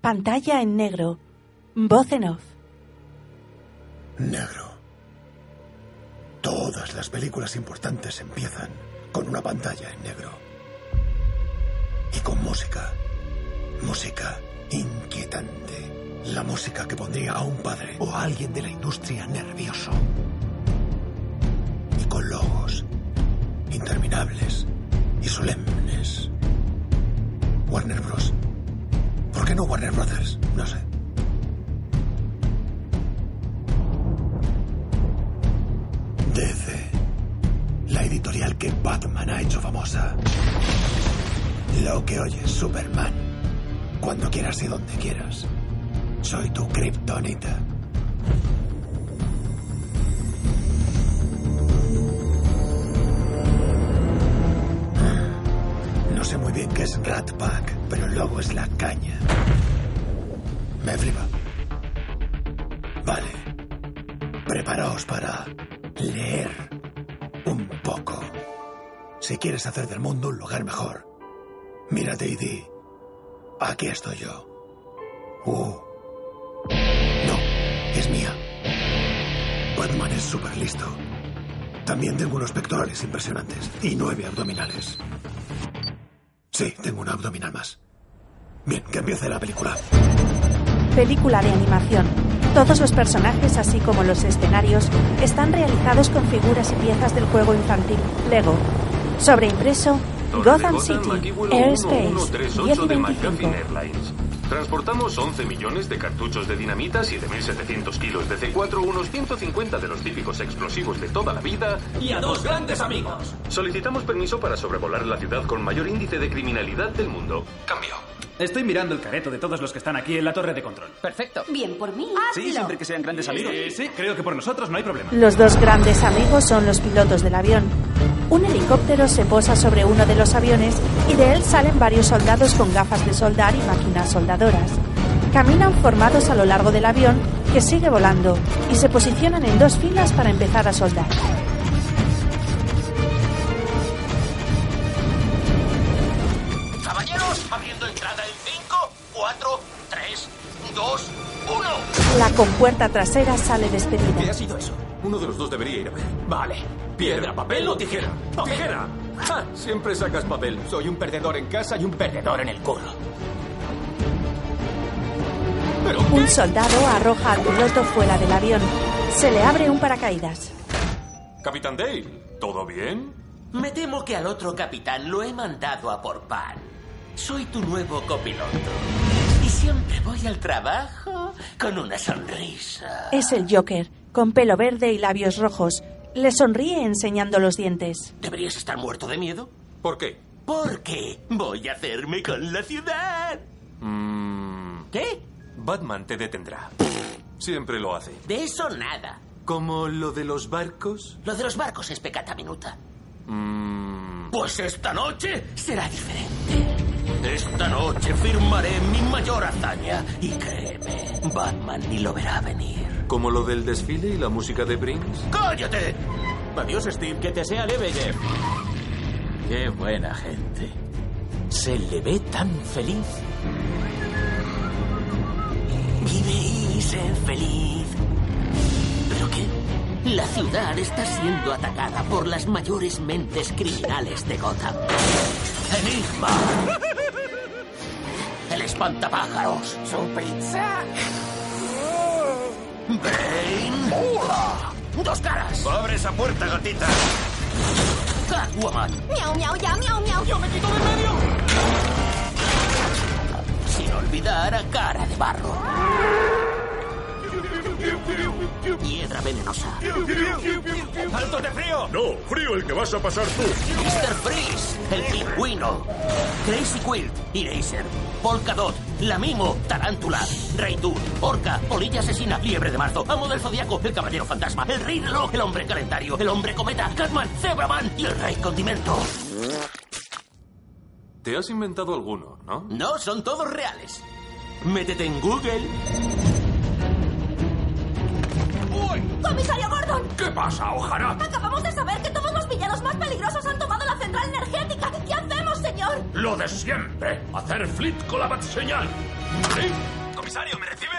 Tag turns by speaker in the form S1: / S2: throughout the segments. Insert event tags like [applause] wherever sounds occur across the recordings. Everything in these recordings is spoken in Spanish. S1: Pantalla en negro. Voz en off.
S2: Negro. Todas las películas importantes empiezan con una pantalla en negro. Y con música. Música inquietante. La música que pondría a un padre o a alguien de la industria nervioso. Y con logos interminables y solemnes. Warner Bros. ¿Por qué no Warner Brothers? No sé. DC. La editorial que Batman ha hecho famosa. Lo que oyes, Superman. Cuando quieras y donde quieras. Soy tu kriptonita. No sé muy bien qué es Rat Pack, pero el logo es la caña. Me flipa. Vale. Preparaos para leer un poco. Si quieres hacer del mundo un lugar mejor, mírate y di, aquí estoy yo. Uh. No, es mía. Batman es súper listo. También tengo unos pectorales impresionantes y nueve abdominales. Sí, tengo una abdominal más. Bien, que empiece la película.
S1: Película de animación. Todos los personajes, así como los escenarios, están realizados con figuras y piezas del juego infantil Lego. Sobreimpreso,
S3: Torre de
S1: Gotham
S3: Gotham,
S1: City,
S3: aquí vuelo
S1: Airspace, 10
S3: 1138
S1: y
S3: de
S1: 25.
S3: McAfee Airlines. Transportamos 11 millones de cartuchos de dinamita, 7.700 kilos de C4, unos 150 de los típicos explosivos de toda la vida.
S4: Y a dos grandes amigos.
S3: Solicitamos permiso para sobrevolar la ciudad con mayor índice de criminalidad del mundo. Cambio.
S4: Estoy mirando el careto de todos los que están aquí en la torre de control.
S5: Perfecto.
S6: Bien por mí.
S5: Sí, siempre que sean grandes amigos.
S4: Eh, sí, creo que por nosotros no hay problema.
S1: Los dos grandes amigos son los pilotos del avión. Un helicóptero se posa sobre uno de los aviones y de él salen varios soldados con gafas de soldar y máquinas soldadoras. Caminan formados a lo largo del avión que sigue volando y se posicionan en dos filas para empezar a soldar.
S7: Caballeros, abriendo entrada en 5, 4, 3, 2, 1.
S1: La compuerta trasera sale despedida.
S4: sido eso?
S3: Uno de los dos debería ir a ver.
S4: Vale.
S3: ¿Piedra, papel o tijera?
S4: ¡Tijera! Ah,
S3: Siempre sacas papel.
S4: Soy un perdedor en casa y un perdedor en el curro.
S1: Un soldado arroja al piloto fuera del avión. Se le abre un paracaídas.
S3: Capitán Dale, ¿todo bien?
S7: Me temo que al otro capitán lo he mandado a por pan. Soy tu nuevo copiloto. Y siempre voy al trabajo con una sonrisa.
S1: Es el Joker, con pelo verde y labios rojos. Le sonríe enseñando los dientes.
S7: ¿Deberías estar muerto de miedo?
S3: ¿Por qué?
S7: Porque voy a hacerme con la ciudad. ¿Qué?
S3: Mm. Batman te detendrá. Siempre lo hace.
S7: De eso nada.
S3: ¿Como lo de los barcos?
S7: Lo de los barcos es pecata minuta. Pues esta noche será diferente. Esta noche firmaré mi mayor hazaña y créeme, Batman ni lo verá venir.
S3: ¿Como lo del desfile y la música de Prince?
S7: ¡Cállate!
S4: Adiós, Steve. Que te sea leve, Jeff.
S5: Qué buena gente.
S7: Se le ve tan feliz. Vive y sé feliz. ¿Pero qué? La ciudad está siendo atacada por las mayores mentes criminales de Gotham. Enigma. El espantapájaros. Su pizza. Bane. Dos caras.
S3: ¡Abre esa puerta, gatita!
S4: Ah,
S7: Catwoman.
S6: Miau, miau, ya, miau, miau.
S7: ¡Yo me quito de medio! Sin olvidar a cara de barro. Piedra venenosa.
S4: ¡Alto de frío!
S3: ¡No! ¡Frío el que vas a pasar tú!
S7: Mr. Freeze, el pingüino. Crazy Quilt, Eraser. Polkadot, Lamimo, Tarántula, Reitun, Orca, Polilla Asesina, Liebre de Marzo, Amo del Zodiaco, el Caballero Fantasma, el Rey Reloj, el Hombre Calendario, el Hombre Cometa, Catman, Zebraman y el Rey Condimento.
S3: Te has inventado alguno, ¿no?
S7: No, son todos reales. Métete en Google.
S6: Comisario Gordon,
S3: ¿Qué pasa, ojalá?
S6: acabamos de saber que todos los villanos más peligrosos han tomado la central energética. ¿Qué hacemos, señor?
S3: Lo de siempre. Hacer flip con la bat señal.
S4: ¿Sí? ¿Comisario, me recibe?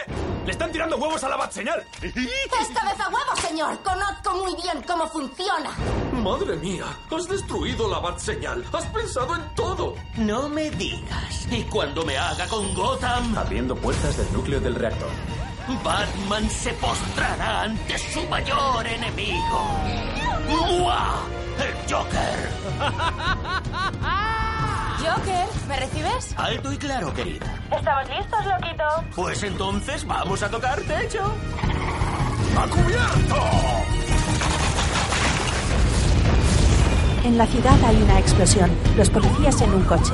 S4: ¡Le están tirando huevos a la bat señal!
S6: ¡Esta vez a huevo, señor! Conozco muy bien cómo
S8: [laughs]
S6: funciona.
S4: [laughs] ¡Madre mía! ¡Has destruido la bat señal! ¡Has pensado en todo!
S7: No me digas. Y cuando me haga con Gotham,
S4: Abriendo puertas del núcleo del reactor.
S7: Batman se postrará ante su mayor enemigo. ¡Mua! ¡El Joker!
S6: Joker, ¿me recibes?
S7: Alto y claro, querida.
S8: ¿Estamos listos, loquito?
S7: Pues entonces vamos a tocar techo.
S4: ¡A cubierto!
S1: En la ciudad hay una explosión. Los policías en un coche.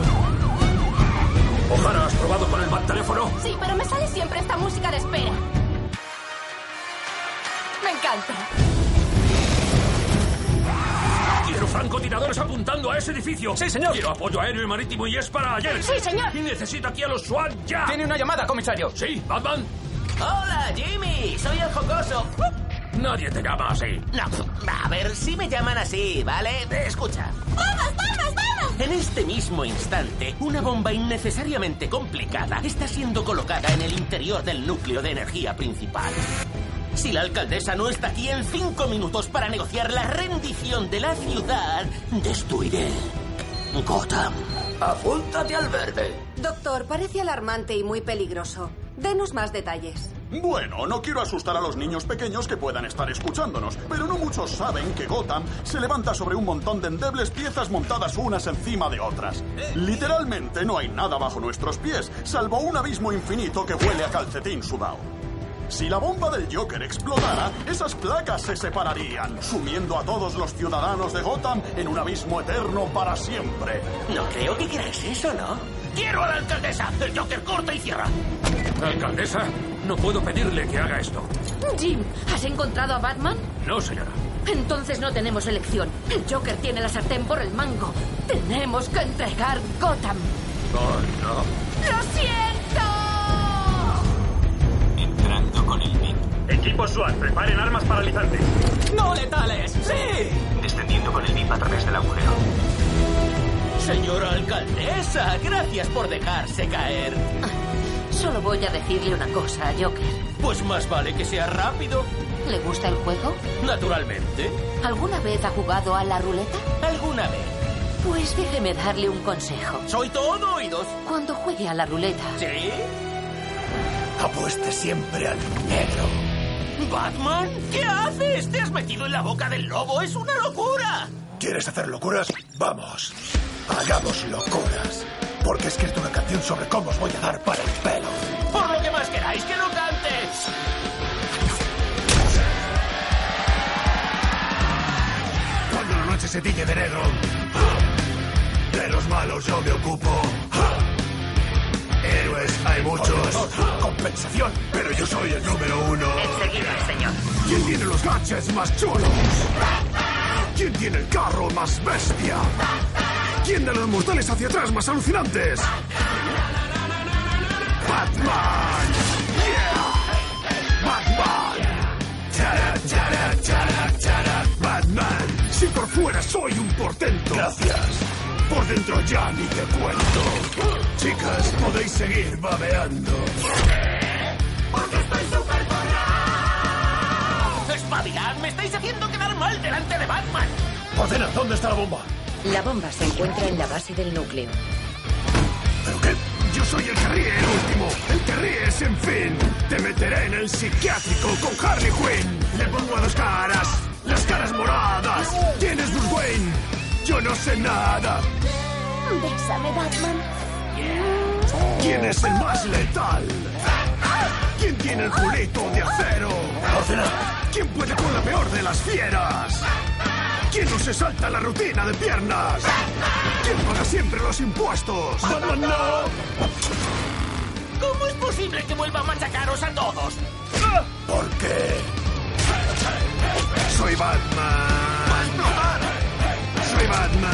S4: O'Hara, ¿has probado con el bat teléfono?
S6: Sí, pero me sale siempre esta música de espera. Me encanta.
S4: Quiero francotiradores apuntando a ese edificio. Sí, señor. Quiero apoyo aéreo y marítimo y es para ayer.
S6: Sí, señor.
S4: Y necesito aquí a los SWAT ya.
S5: una llamada, comisario.
S4: Sí, Batman.
S7: ¡Hola, Jimmy! Soy el jocoso.
S4: Nadie te llama así.
S7: No, a ver si me llaman así, ¿vale? Escucha.
S6: ¡Vamos, vamos, vamos!
S7: En este mismo instante, una bomba innecesariamente complicada está siendo colocada en el interior del núcleo de energía principal. Si la alcaldesa no está aquí en cinco minutos para negociar la rendición de la ciudad, destruiré Gotham.
S9: Apúntate al verde.
S10: Doctor, parece alarmante y muy peligroso. Denos más detalles.
S11: Bueno, no quiero asustar a los niños pequeños que puedan estar escuchándonos, pero no muchos saben que Gotham se levanta sobre un montón de endebles piezas montadas unas encima de otras. Literalmente no hay nada bajo nuestros pies, salvo un abismo infinito que huele a calcetín sudado. Si la bomba del Joker explotara, esas placas se separarían, sumiendo a todos los ciudadanos de Gotham en un abismo eterno para siempre.
S7: No creo que creas eso, ¿no? ¡Quiero a la alcaldesa! El Joker corta y cierra.
S4: Alcaldesa, no puedo pedirle que haga esto.
S8: Jim, ¿has encontrado a Batman?
S4: No, señora.
S8: Entonces no tenemos elección. El Joker tiene la sartén por el mango. Tenemos que entregar Gotham.
S4: Oh, no.
S8: ¡Lo siento!
S5: Entrando con el MIG.
S4: Equipo SWAT, preparen armas paralizantes.
S7: ¡No letales! ¡Sí!
S5: Descendiendo con el MIG a través del agujero.
S7: Señora alcaldesa, gracias por dejarse caer.
S8: Ah, Solo voy a decirle una cosa a Joker.
S7: Pues más vale que sea rápido,
S8: ¿Le gusta el juego?
S7: naturalmente.
S8: ¿Alguna vez ha jugado a la ruleta?
S7: Alguna vez.
S8: Pues déjeme darle un consejo.
S7: Soy todo oídos.
S8: Cuando juegue a la ruleta,
S7: ¿Sí?
S2: Apueste siempre al negro.
S7: ¿Batman? ¿Qué haces? ¿Te has metido en la boca del lobo? ¡Es una locura!
S2: ¿Quieres hacer locuras? Vamos. Hagamos locuras. Porque he escrito una canción sobre cómo os voy a dar para el pelo.
S7: Por lo que más queráis que no cantes.
S2: Cuando la noche se tiñe de negro, ¡ah! de los malos yo me ocupo. ¡ah! Héroes hay muchos. Compensación. Pero yo soy el número uno.
S8: enseguida, señor.
S2: ¿Quién tiene los gaches más chulos? ¿Quién tiene el carro más bestia? ¿Quién de los mortales hacia atrás más alucinantes? ¡Batman! ¡Yeah! ¡Batman! ¡Chara, chara, chara, chara! ¡Batman! Si por fuera soy un portento. Gracias. Por dentro ya ni te cuento. Chicas, podéis seguir babeando.
S7: ¡Espabilad! ¡Me estáis haciendo quedar mal delante de Batman!
S2: Ordena, ¿dónde está la bomba?
S10: La bomba se encuentra en la base del núcleo.
S2: ¿Pero qué? Yo soy el que ríe, el último. El que ríe sin fin. Te meteré en el psiquiátrico con Harley Quinn. Le pongo a dos caras. Las caras moradas. ¿Quién es Bruce Wayne? Yo no sé nada.
S6: Bésame, Batman.
S2: ¿Quién es el más letal? ¿Quién tiene el culito de acero? ¿Quién puede con la peor de las fieras? ¿Quién no se salta la rutina de piernas? ¿Quién paga siempre los impuestos? ¡Batman no!
S7: ¿Cómo es posible que vuelva a machacaros a todos?
S2: ¿Por qué? Soy Batman. Soy Batman.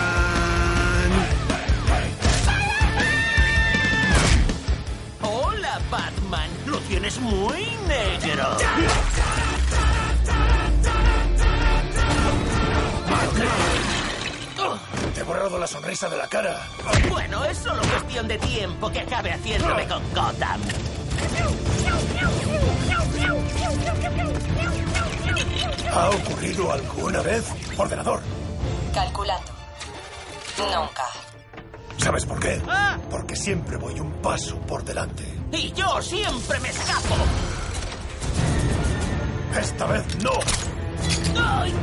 S7: ¡Hola, Batman! ¡Lo tienes muy negro!
S2: Te borro borrado la sonrisa de la cara.
S7: Bueno, es solo cuestión de tiempo que acabe haciéndome con Gotham.
S2: ¿Ha ocurrido alguna vez? Ordenador,
S12: Calculando. Nunca.
S2: ¿sabes por qué? Porque siempre voy un paso por delante.
S7: Ah, Y yo siempre me escapo.
S2: Esta vez no.
S7: ¡Ay!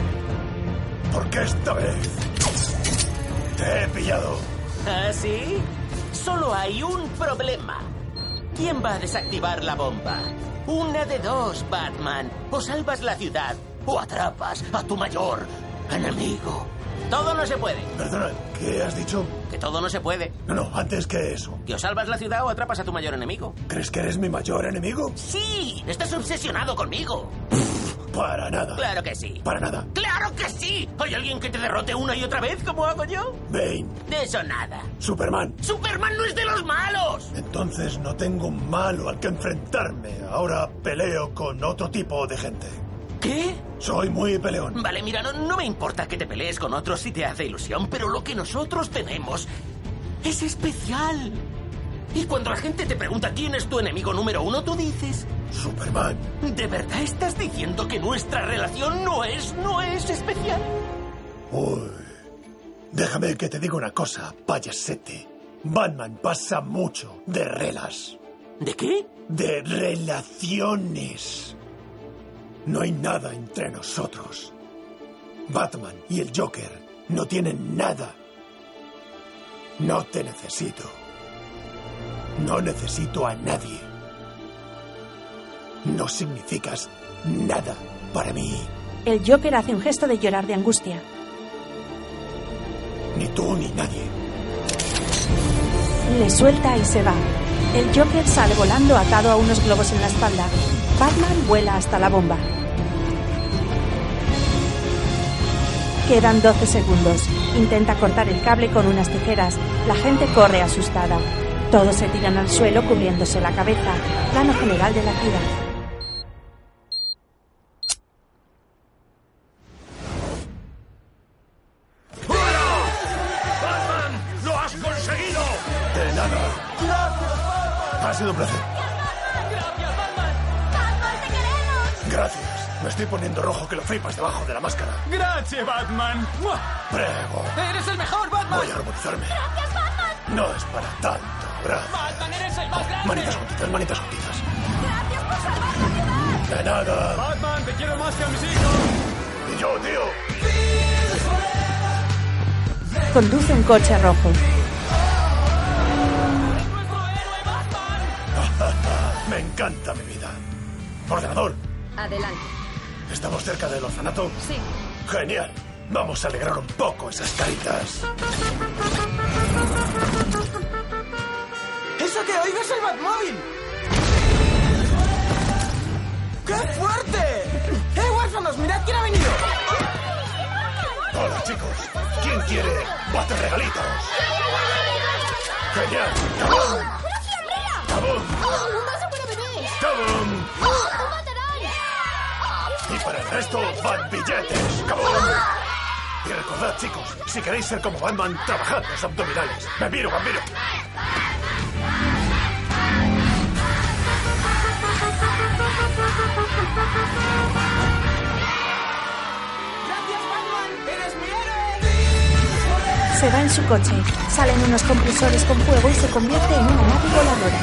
S2: Porque esta vez te he pillado.
S7: ¿Ah, sí? Solo hay un problema. ¿Quién va a desactivar la bomba? Una de dos, Batman. O salvas la ciudad o atrapas a tu mayor enemigo. Todo no se puede.
S2: Perdona, ¿qué has dicho?
S7: Que todo no se puede.
S2: No, no, antes que eso.
S7: Que o salvas la ciudad o atrapas a tu mayor enemigo.
S2: ¿Crees que eres mi mayor enemigo?
S7: Sí, estás obsesionado conmigo.
S2: Para nada.
S7: Claro que sí.
S2: Para nada.
S7: ¡Claro que sí! ¿Hay alguien que te derrote una y otra vez como hago yo?
S2: Bane,
S7: De eso nada.
S2: Superman.
S7: ¡Superman no es de los malos!
S2: Entonces no tengo un malo al que enfrentarme. Ahora peleo con otro tipo de gente.
S7: ¿Qué?
S2: Soy muy peleón.
S7: Vale, mira, no, no me importa que te pelees con otros si te hace ilusión, pero lo que nosotros tenemos es especial. Y cuando la gente te pregunta quién es tu enemigo número uno, tú dices,
S2: Superman.
S7: ¿de verdad estás diciendo que nuestra relación no es, no es especial?
S2: Uy. Déjame que te diga una cosa, payasete. Batman pasa mucho de relas.
S7: ¿De qué?
S2: De relaciones. No hay nada entre nosotros. Batman y el Joker no tienen nada. No te necesito. No necesito a nadie. No significas nada para mí.
S1: El Joker hace un gesto de llorar de angustia.
S2: Ni tú ni nadie.
S1: Le suelta y se va. El Joker sale volando atado a unos globos en la espalda. Batman vuela hasta la bomba. Quedan 12 segundos. Intenta cortar el cable con unas tijeras. La gente corre asustada. Todos se tiran al suelo cubriéndose la cabeza. Plano general de la ciudad.
S4: ¡Batman! ¡Lo has conseguido!
S2: De nada. Ha sido un placer. Gracias. Me estoy poniendo rojo que lo flipas debajo de la máscara.
S9: Gracias, Batman. ¡Mua!
S2: Prego.
S9: ¡Eres el mejor, Batman!
S2: Voy a armonizarme. No es para tanto. Gracias.
S9: ¡Batman, eres el más grande!
S2: Manitas juntitas, manitas juntitas. De nada.
S9: ¡Batman, te quiero más que a mis hijos!
S2: Y yo, tío. [laughs]
S1: Conduce un coche rojo.
S2: Me encanta mi vida. Ordenador,
S8: Adelante.
S2: ¿estamos cerca del orfanato?
S8: Sí.
S2: Genial. Vamos a alegrar un poco esas caritas.
S9: ¡Eso que oigo es el Batmóvil! ¡Qué fuerte! ¡Eh, huérfanos, mirad quién ha venido!
S2: Hola, chicos. ¿Quién quiere bate regalitos? Genial. ¡Tabón! ¡Tabón! ¡Tabón! Y para el resto, van billetes, cabrón. Y recordad, chicos, si queréis ser como Batman, trabajad los abdominales. ¡Me miro, me miro! [laughs]
S9: ¡Gracias, Batman! ¡Eres mi héroe!
S1: Se va en su coche. Salen unos compresores con fuego y se convierte en una nave voladora.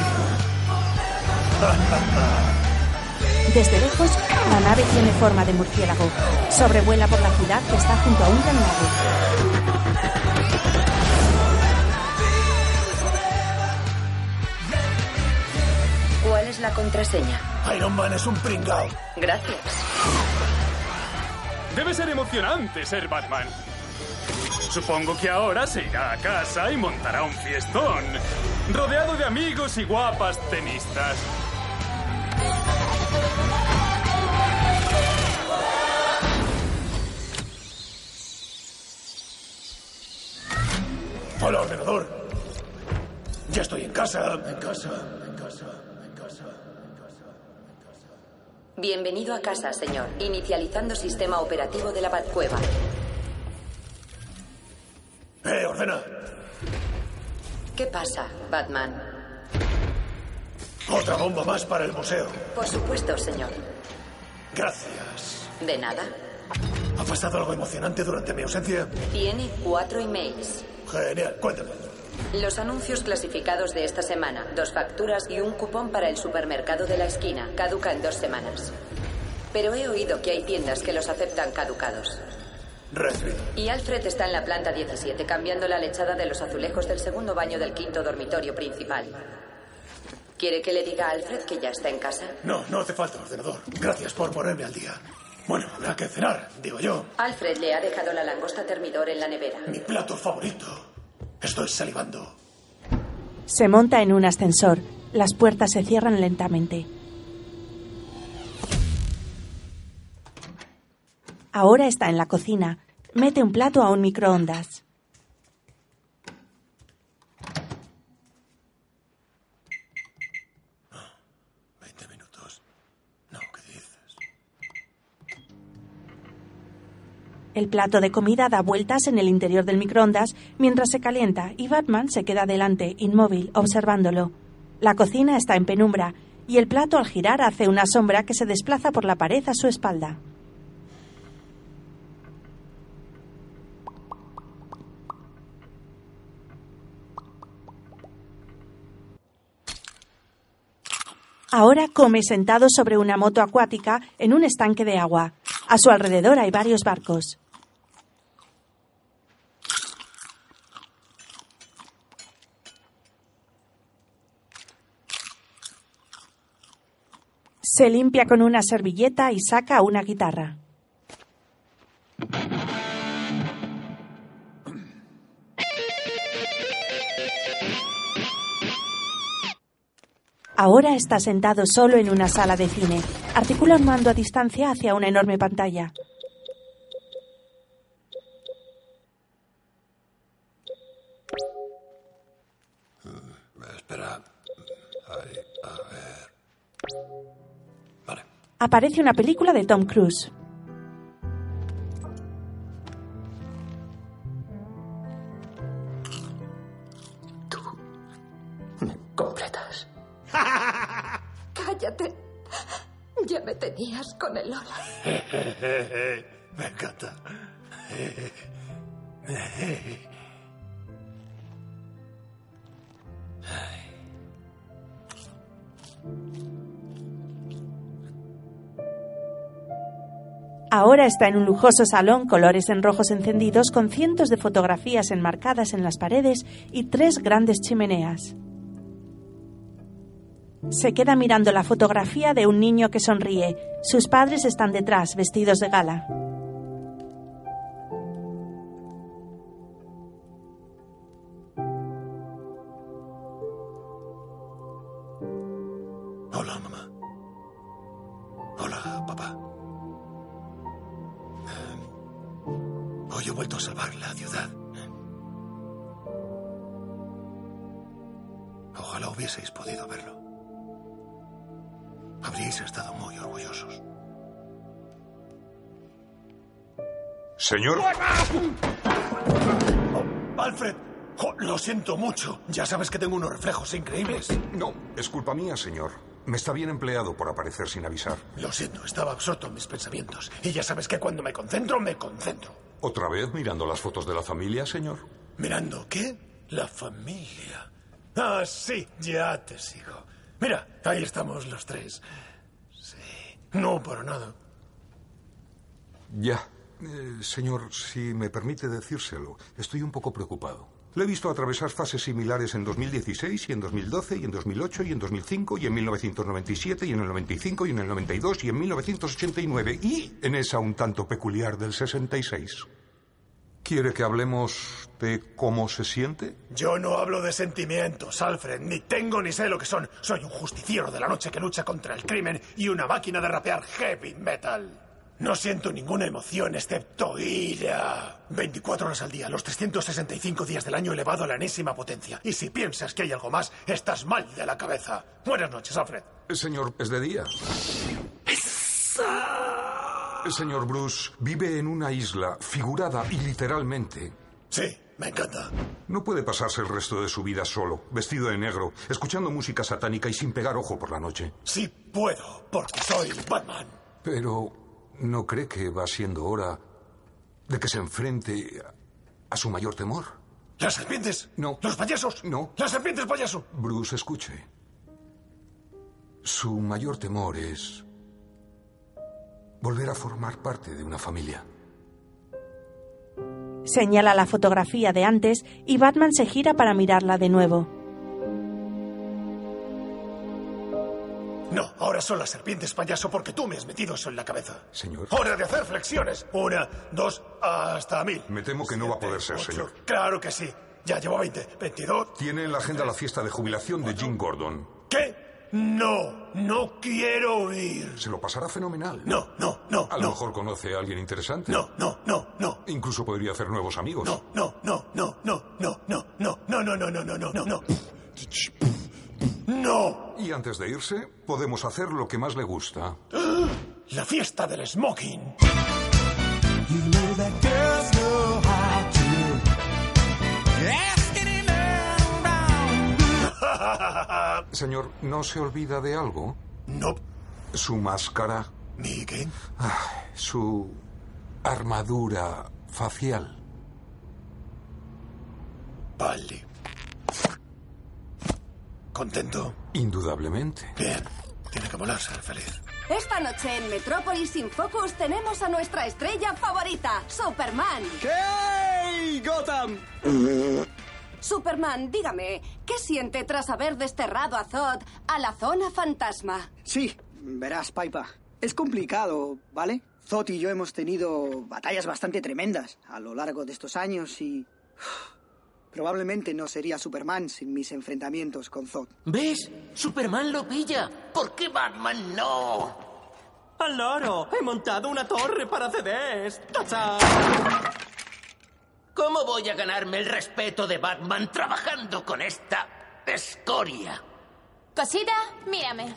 S1: Desde lejos, la nave tiene forma de murciélago. Sobrevuela por la ciudad que está junto a un gran lago.
S12: ¿Cuál es la contraseña?
S2: Iron Man es un pringao.
S12: Gracias.
S9: Debe ser emocionante ser Batman. Supongo que ahora se irá a casa y montará un fiestón, rodeado de amigos y guapas tenistas.
S2: Hola, ordenador. Ya estoy en casa. En casa, en casa, en casa.
S12: Bienvenido a casa, señor. Inicializando sistema operativo de la Batcueva.
S2: ¡Eh, ordena!
S12: ¿Qué pasa, Batman?
S2: Otra bomba más para el museo.
S12: Por supuesto, señor.
S2: Gracias.
S12: De nada.
S2: ¿Ha pasado algo emocionante durante mi ausencia?
S12: Tiene cuatro emails.
S2: Genial, cuéntame.
S12: Los anuncios clasificados de esta semana, dos facturas y un cupón para el supermercado de la esquina, caduca en dos semanas. Pero he oído que hay tiendas que los aceptan caducados.
S2: Recibido.
S12: Y Alfred está en la planta 17 cambiando la lechada de los azulejos del segundo baño del quinto dormitorio principal. ¿Quiere que le diga a Alfred que ya está en casa?
S2: No, no hace falta, ordenador. Gracias por ponerme al día. Bueno, habrá que cenar, digo yo.
S12: Alfred le ha dejado la langosta termidor en la nevera.
S2: Mi plato favorito. Estoy salivando.
S1: Se monta en un ascensor. Las puertas se cierran lentamente. Ahora está en la cocina. Mete un plato a un microondas. El plato de comida da vueltas en el interior del microondas mientras se calienta y Batman se queda delante, inmóvil, observándolo. La cocina está en penumbra y el plato al girar hace una sombra que se desplaza por la pared a su espalda. Ahora come sentado sobre una moto acuática en un estanque de agua. A su alrededor hay varios barcos. Se limpia con una servilleta y saca una guitarra. Ahora está sentado solo en una sala de cine. Articula un mando a distancia hacia una enorme pantalla.
S2: Espera. Ahí, a ver.
S1: Aparece una película de Tom Cruise.
S9: [laughs]
S12: Completas.
S6: Cállate. Ya me tenías con el Lola.
S2: Me encanta.
S1: Ahora está en un lujoso salón, colores en rojos encendidos, con cientos de fotografías enmarcadas en las paredes y tres grandes chimeneas. Se queda mirando la fotografía de un niño que sonríe. Sus padres están detrás, vestidos de gala.
S2: Hola, mamá. Hola, papá. Eh, Hoy he vuelto a salvar la ciudad. Ojalá hubieseis podido verlo. Habríais estado muy orgullosos.
S13: Señor.
S2: Oh, Alfred, jo, lo siento mucho. Ya sabes que tengo unos reflejos increíbles.
S13: No, es culpa mía, señor. Me está bien empleado por aparecer sin avisar.
S2: Lo siento, estaba absorto en mis pensamientos. Y ya sabes que cuando me concentro, me concentro.
S13: ¿Otra vez mirando las fotos de la familia, señor?
S2: ¿Mirando qué? La familia. Ah, sí, ya te sigo. Mira, ahí estamos los tres. Sí. No, para nada.
S13: Ya. Eh, señor, si me permite decírselo, estoy un poco preocupado. Le he visto atravesar fases similares en 2016 y en 2012 y en 2008 y en 2005 y en 1997 y en el 95 y en el 92 y en 1989 y en esa un tanto peculiar del 66. ¿Quiere que hablemos de cómo se siente?
S2: Yo no hablo de sentimientos, Alfred. Ni tengo ni sé lo que son. Soy un justiciero de la noche que lucha contra el crimen y una máquina de rapear heavy metal. No siento ninguna emoción excepto ira. 24 horas al día, los 365 días del año elevado a la enésima potencia. Y si piensas que hay algo más, estás mal de la cabeza. Buenas noches, Alfred.
S13: Eh, Señor, es de día. Eh, Señor Bruce, vive en una isla, figurada y literalmente.
S2: Sí,
S14: Me encanta.
S13: No puede pasarse el resto de su vida solo, vestido de negro, escuchando música satánica y sin pegar ojo por la noche.
S14: Sí puedo, porque soy Batman.
S13: Pero, ¿no cree que va siendo hora de que se enfrente a- a su mayor temor?
S14: ¿Las serpientes?
S13: No.
S14: ¿Los payasos?
S13: No.
S14: ¿Las serpientes, payaso?
S13: Bruce, escuche. Su mayor temor es volver a formar parte de una familia.
S1: Señala la fotografía de antes y Batman se gira para mirarla de nuevo.
S14: No, ahora son las serpientes, payaso, porque tú me has metido eso en la cabeza.
S13: Señor.
S14: Hora de hacer flexiones. Una, dos, hasta mil.
S13: Me temo que no va a poder ser, señor.
S14: Claro que sí. Ya llevo 20, 22.
S13: Tiene en la agenda la fiesta de jubilación de Jim Gordon.
S14: ¿Qué? No, no quiero ir.
S13: Se lo pasará fenomenal.
S14: No, no, no.
S13: A lo mejor conoce a alguien interesante.
S14: No, no, no, no.
S13: Incluso podría hacer nuevos amigos. No,
S14: no, no, no, no, no, no, no, no, no, no, no, no, no, no, no. No.
S13: Y antes de irse, podemos hacer lo que más le gusta.
S14: La fiesta del smoking.
S13: [laughs] Señor, ¿no se olvida de algo?
S14: No.
S13: Su máscara.
S14: ¿Mi qué?
S13: Ah, su armadura facial.
S14: Vale. ¿Contento?
S13: Indudablemente.
S14: Bien. Tiene que molar ser feliz.
S12: Esta noche en Metrópolis Sin Focus tenemos a nuestra estrella favorita, Superman.
S15: ¡Hey, Gotham!
S12: Superman, dígame, ¿qué siente tras haber desterrado a Zod a la zona fantasma?
S15: Sí, verás, Paipa. Es complicado, ¿vale? Zot y yo hemos tenido batallas bastante tremendas a lo largo de estos años y. [sighs] Probablemente no sería Superman sin mis enfrentamientos con Zod.
S7: ¿Ves? Superman lo pilla. ¿Por qué Batman no?
S16: ¡Al loro! He montado una torre para CDs. ¡Tachán!
S7: ¿Cómo voy a ganarme el respeto de Batman trabajando con esta escoria?
S17: Cosita, mírame.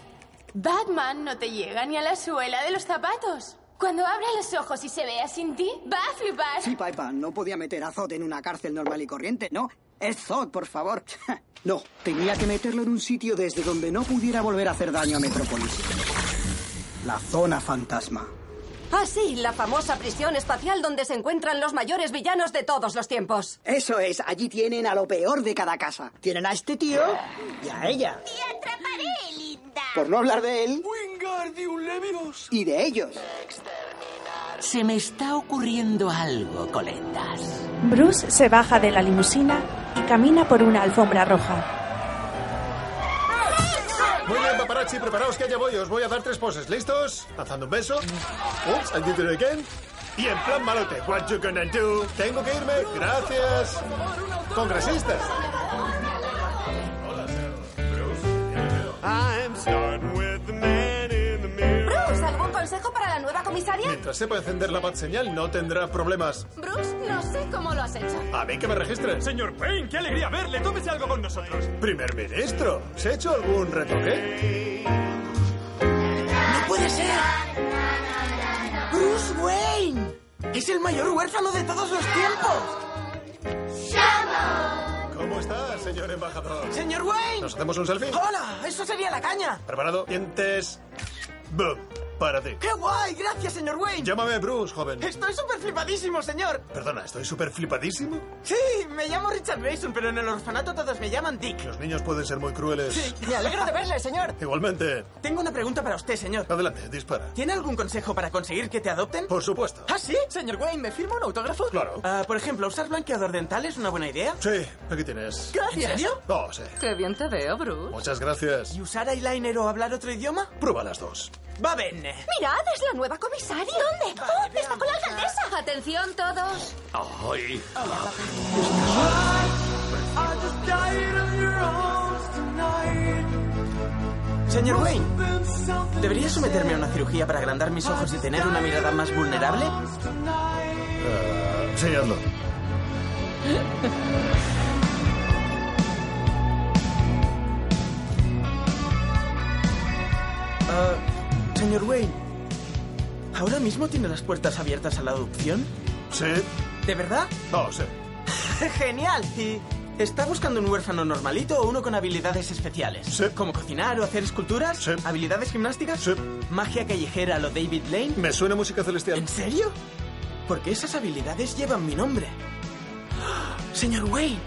S17: Batman no te llega ni a la suela de los zapatos. Cuando abra los ojos y se vea sin ti, va a flipar.
S15: Sí, Paipa, no podía meter a Zod en una cárcel normal y corriente, ¿no? Es Zod, por favor. [laughs] No, tenía que meterlo en un sitio desde donde no pudiera volver a hacer daño a Metrópolis. La zona fantasma.
S12: Ah, sí, la famosa prisión espacial donde se encuentran los mayores villanos de todos los tiempos.
S15: Eso es, allí tienen a lo peor de cada casa. Tienen a este tío y a ella.
S5: ¡Te atraparé, linda!
S15: Por no hablar de él.
S5: ¡Wingardium Levios!
S15: y de ellos.
S7: Se me está ocurriendo algo, coletas.
S1: Bruce se baja de la limusina y camina por una alfombra roja.
S2: Muy bien, paparazzi, preparaos que allá voy. Os voy a dar tres poses. ¿Listos? Lanzando un beso. Oops, I did it again. Y en plan malote. What you gonna do? Tengo que irme. Gracias. Congresistas.
S5: I'm starting with the man in the mirror. Bruce, ¿algún consejo para la nueva comisaria?
S2: Mientras sepa encender la bat señal, no tendrá problemas.
S17: Bruce, no sé cómo lo has hecho.
S2: A mí que me registren. Señor Payne, qué alegría verle. Tómese algo con nosotros. Primer ministro, ¿se ha hecho algún retoque?
S5: ¡No puede ser! ¡Bruce Wayne!
S15: ¡Es el mayor huérfano de todos los tiempos!
S2: ¿Cómo está, señor embajador?
S15: ¡Señor Wayne!
S2: ¿Nos hacemos un selfie?
S15: ¡Hola! ¡Eso sería la caña!
S2: ¿Preparado? Dientes. Boom. Para ti.
S15: ¡Qué guay! ¡Gracias, señor Wayne!
S2: Llámame Bruce, joven.
S15: Estoy súper flipadísimo, señor.
S2: Perdona, estoy súper flipadísimo.
S15: Sí, me llamo Richard Mason, pero en el orfanato todos me llaman Dick.
S2: Los niños pueden ser muy crueles.
S15: Me alegro de verle, señor.
S2: Igualmente.
S15: Tengo una pregunta para usted, señor.
S2: Adelante, dispara.
S15: ¿Tiene algún consejo para conseguir que te adopten?
S2: Por supuesto.
S15: ¿Ah, sí? Señor Wayne, ¿me firma un autógrafo?
S2: Claro.
S15: Ah, por ejemplo, ¿usar blanqueador dental es una buena idea?
S2: Sí, aquí tienes.
S15: Gracias. ¿En serio?
S2: Oh, sí.
S15: Qué bien te veo, Bruce.
S2: Muchas gracias.
S15: ¿Y usar eyeliner o hablar otro idioma?
S2: Prueba las dos.
S15: Va bien.
S17: Mirad, es la nueva comisaria. ¿Dónde? ¡Oh, está con la alcaldesa! Atención todos.
S18: ¡Ay!
S16: Señor Wayne, ¿debería someterme a una cirugía para agrandar mis ojos y tener una mirada más vulnerable?
S2: Eh, sí, hazlo.
S16: Ah, señor Wayne, ¿ahora mismo tiene las puertas abiertas a la adopción?
S2: Sí.
S16: ¿De verdad?
S2: Oh, sí.
S16: [laughs] ¡Genial! ¿Y está buscando un huérfano normalito o uno con habilidades especiales? ¿Como cocinar o hacer esculturas? ¿Habilidades gimnásticas? ¿Magia callejera a lo David Lane?
S2: Me suena música celestial.
S16: ¿En serio? Porque esas habilidades llevan mi nombre. ¡Ah! Señor Wayne,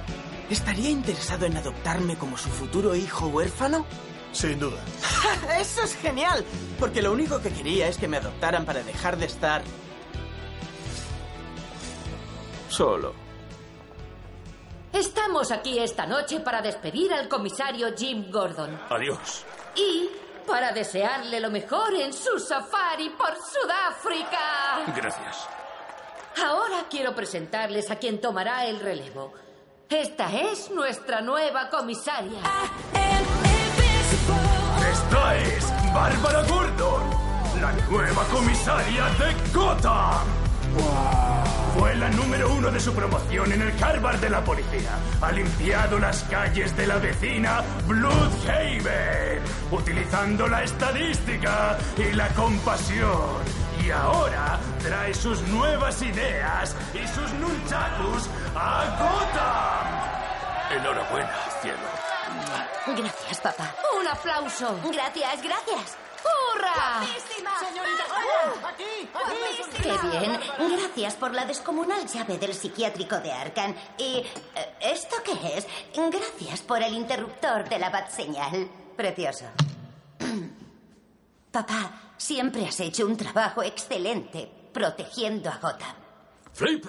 S16: ¿estaría interesado en adoptarme como su futuro hijo huérfano?
S2: Sin duda.
S16: [laughs] ¡Eso es genial! Porque lo único que quería es que me adoptaran para dejar de estar... Solo.
S12: Estamos aquí esta noche para despedir al comisario Jim Gordon
S4: Adiós.
S12: y para desearle lo mejor en su safari por Sudáfrica.
S4: Gracias.
S12: Ahora quiero presentarles a quien tomará el relevo. Esta es nuestra nueva comisaria.
S4: Esta es Bárbara Gordon, la nueva comisaria de Gotham. Fue la número uno de su promoción en el Harvard de la policía. Ha limpiado las calles de la vecina Bloodhaven, utilizando la estadística y la compasión. Y ahora trae sus nuevas ideas y sus nunchakus a Gotham. Enhorabuena, cielo.
S12: Gracias, papá. Un aplauso. Gracias, gracias. ¡Hurra!
S5: ¡Señorita ¡Aquí! ¡Aquí!
S19: Qué bien. Gracias por la descomunal llave del psiquiátrico de Arkan. ¿Y eh, esto qué es? Gracias por el interruptor de la batseñal. Precioso. [clears throat] Papá, siempre has hecho un trabajo excelente protegiendo a Gotham.
S16: [laughs]
S4: Flip.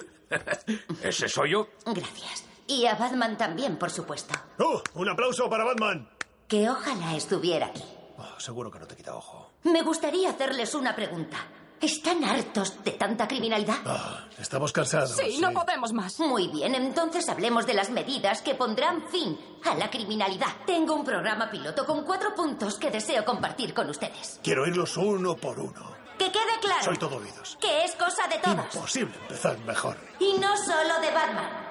S4: ¿Ese soy yo?
S19: Gracias. Y a Batman también, por supuesto.
S2: ¡Oh! ¡Un aplauso para Batman!
S19: Que ojalá estuviera aquí.
S2: Oh, seguro que no te quita ojo.
S19: Me gustaría hacerles una pregunta. ¿Están hartos de tanta criminalidad?
S2: Ah, Estamos cansados.
S19: podemos más. Muy bien, entonces hablemos de las medidas que pondrán fin a la criminalidad. Tengo un programa piloto con cuatro puntos que deseo compartir con ustedes.
S2: Quiero irlos uno por uno.
S19: Que quede claro
S2: Soy todo oídos.
S19: que es cosa de todos
S2: Imposible empezar mejor.
S19: y no solo de Batman.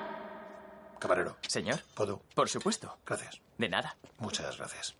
S2: Camarero.
S16: Señor.
S2: ¿Puedo?
S16: Por supuesto.
S2: Gracias.
S16: De nada.
S2: Muchas gracias.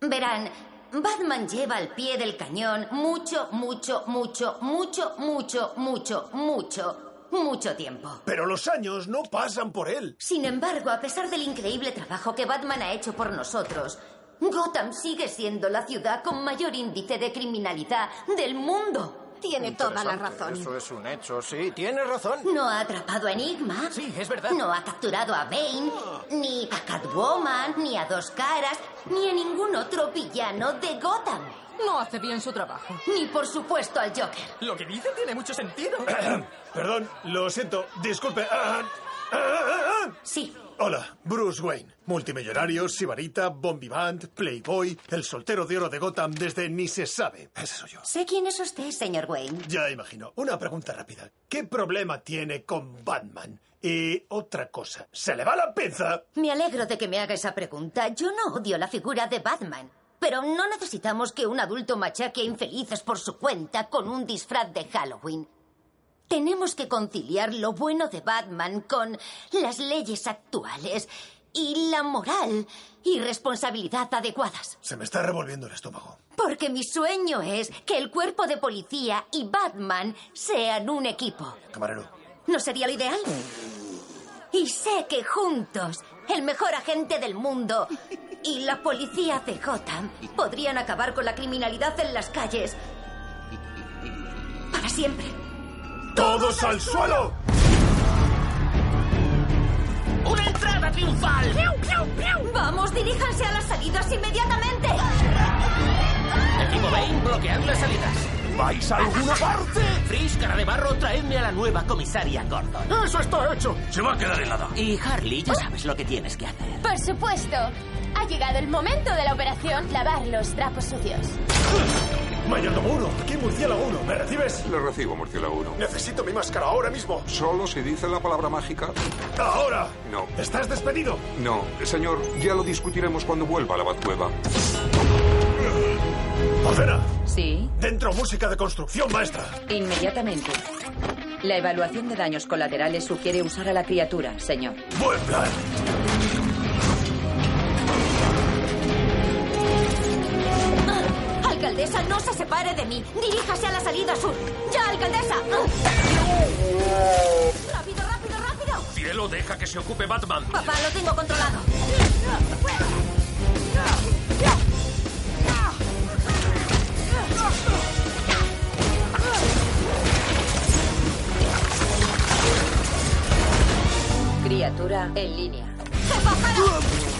S19: Verán, Batman lleva al pie del cañón mucho, mucho, mucho, mucho, mucho, mucho, mucho, mucho tiempo.
S2: Pero los años no pasan por él.
S19: Sin embargo, a pesar del increíble trabajo que Batman ha hecho por nosotros, Gotham sigue siendo la ciudad con mayor índice de criminalidad del mundo. Tiene toda la razón.
S20: Eso es un hecho, sí, tienes razón.
S19: No ha atrapado a Enigma. Sí, es verdad. No ha capturado a Bane, ni a Catwoman, ni a Dos Caras, ni a ningún otro villano de Gotham. No hace bien su trabajo. Ni por supuesto al Joker.
S16: Lo que dice tiene mucho sentido.
S2: [coughs] Perdón, lo siento. Disculpe. Ah, ah, ah, ah.
S19: Sí.
S2: Hola, Bruce Wayne, multimillonario, sibarita, bombivant, playboy, el soltero de oro de Gotham desde ni se sabe. Ese soy yo.
S19: Sé quién es usted, señor Wayne.
S2: Ya imagino. Una pregunta rápida. ¿Qué problema tiene con Batman? Y otra cosa, ¿se le va la pinza?
S19: Me alegro de que me haga esa pregunta. Yo no odio la figura de Batman. Pero no necesitamos que un adulto machaque a infelices por su cuenta con un disfraz de Halloween. Tenemos que conciliar lo bueno de Batman con las leyes actuales y la moral y responsabilidad adecuadas.
S2: Se me está revolviendo el estómago.
S19: Porque mi sueño es que el cuerpo de policía y Batman sean un equipo.
S2: Camarero.
S19: ¿No sería lo ideal? Y sé que juntos, el mejor agente del mundo y la policía de Gotham podrían acabar con la criminalidad en las calles. Para siempre.
S2: ¡Todos al suelo!
S7: ¡Una entrada triunfal!
S19: Vamos, diríjanse a las salidas inmediatamente.
S7: Equipo Bane, bloquead las salidas.
S2: ¿Vais a alguna parte?
S7: Frisk, cara de barro, traedme a la nueva comisaria Gordon.
S2: ¡Eso está hecho!
S4: Se va a quedar helada.
S7: Y Harley, ya sabes lo que tienes que hacer.
S17: Por supuesto. Ha llegado el momento de la operación lavar los trapos sucios.
S2: ¡Mayordomo 1! ¡Aquí Murciélago 1! ¿Me recibes?
S13: Le recibo, Murciélago 1.
S2: Necesito mi máscara ahora mismo.
S13: ¿Solo si dice la palabra mágica?
S2: ¡Ahora!
S13: No.
S2: ¡Estás despedido!
S13: No, señor, ya lo discutiremos cuando vuelva a la Batcueva.
S2: ¡Alcena!
S12: Sí,
S2: ¡Dentro música de construcción, maestra!
S12: inmediatamente. La evaluación de daños colaterales sugiere usar a la criatura, señor.
S2: ¡Buen plan!
S19: Alcaldesa,
S17: alcaldesa no se separe de mí. Diríjase a la salida sur. ¡Ya, alcaldesa! ¡Rápido, rápido, rápido!
S16: Cielo, deja que se ocupe Batman.
S17: Papá, lo tengo controlado.
S12: Criatura en línea.
S17: ¡Jefa, para!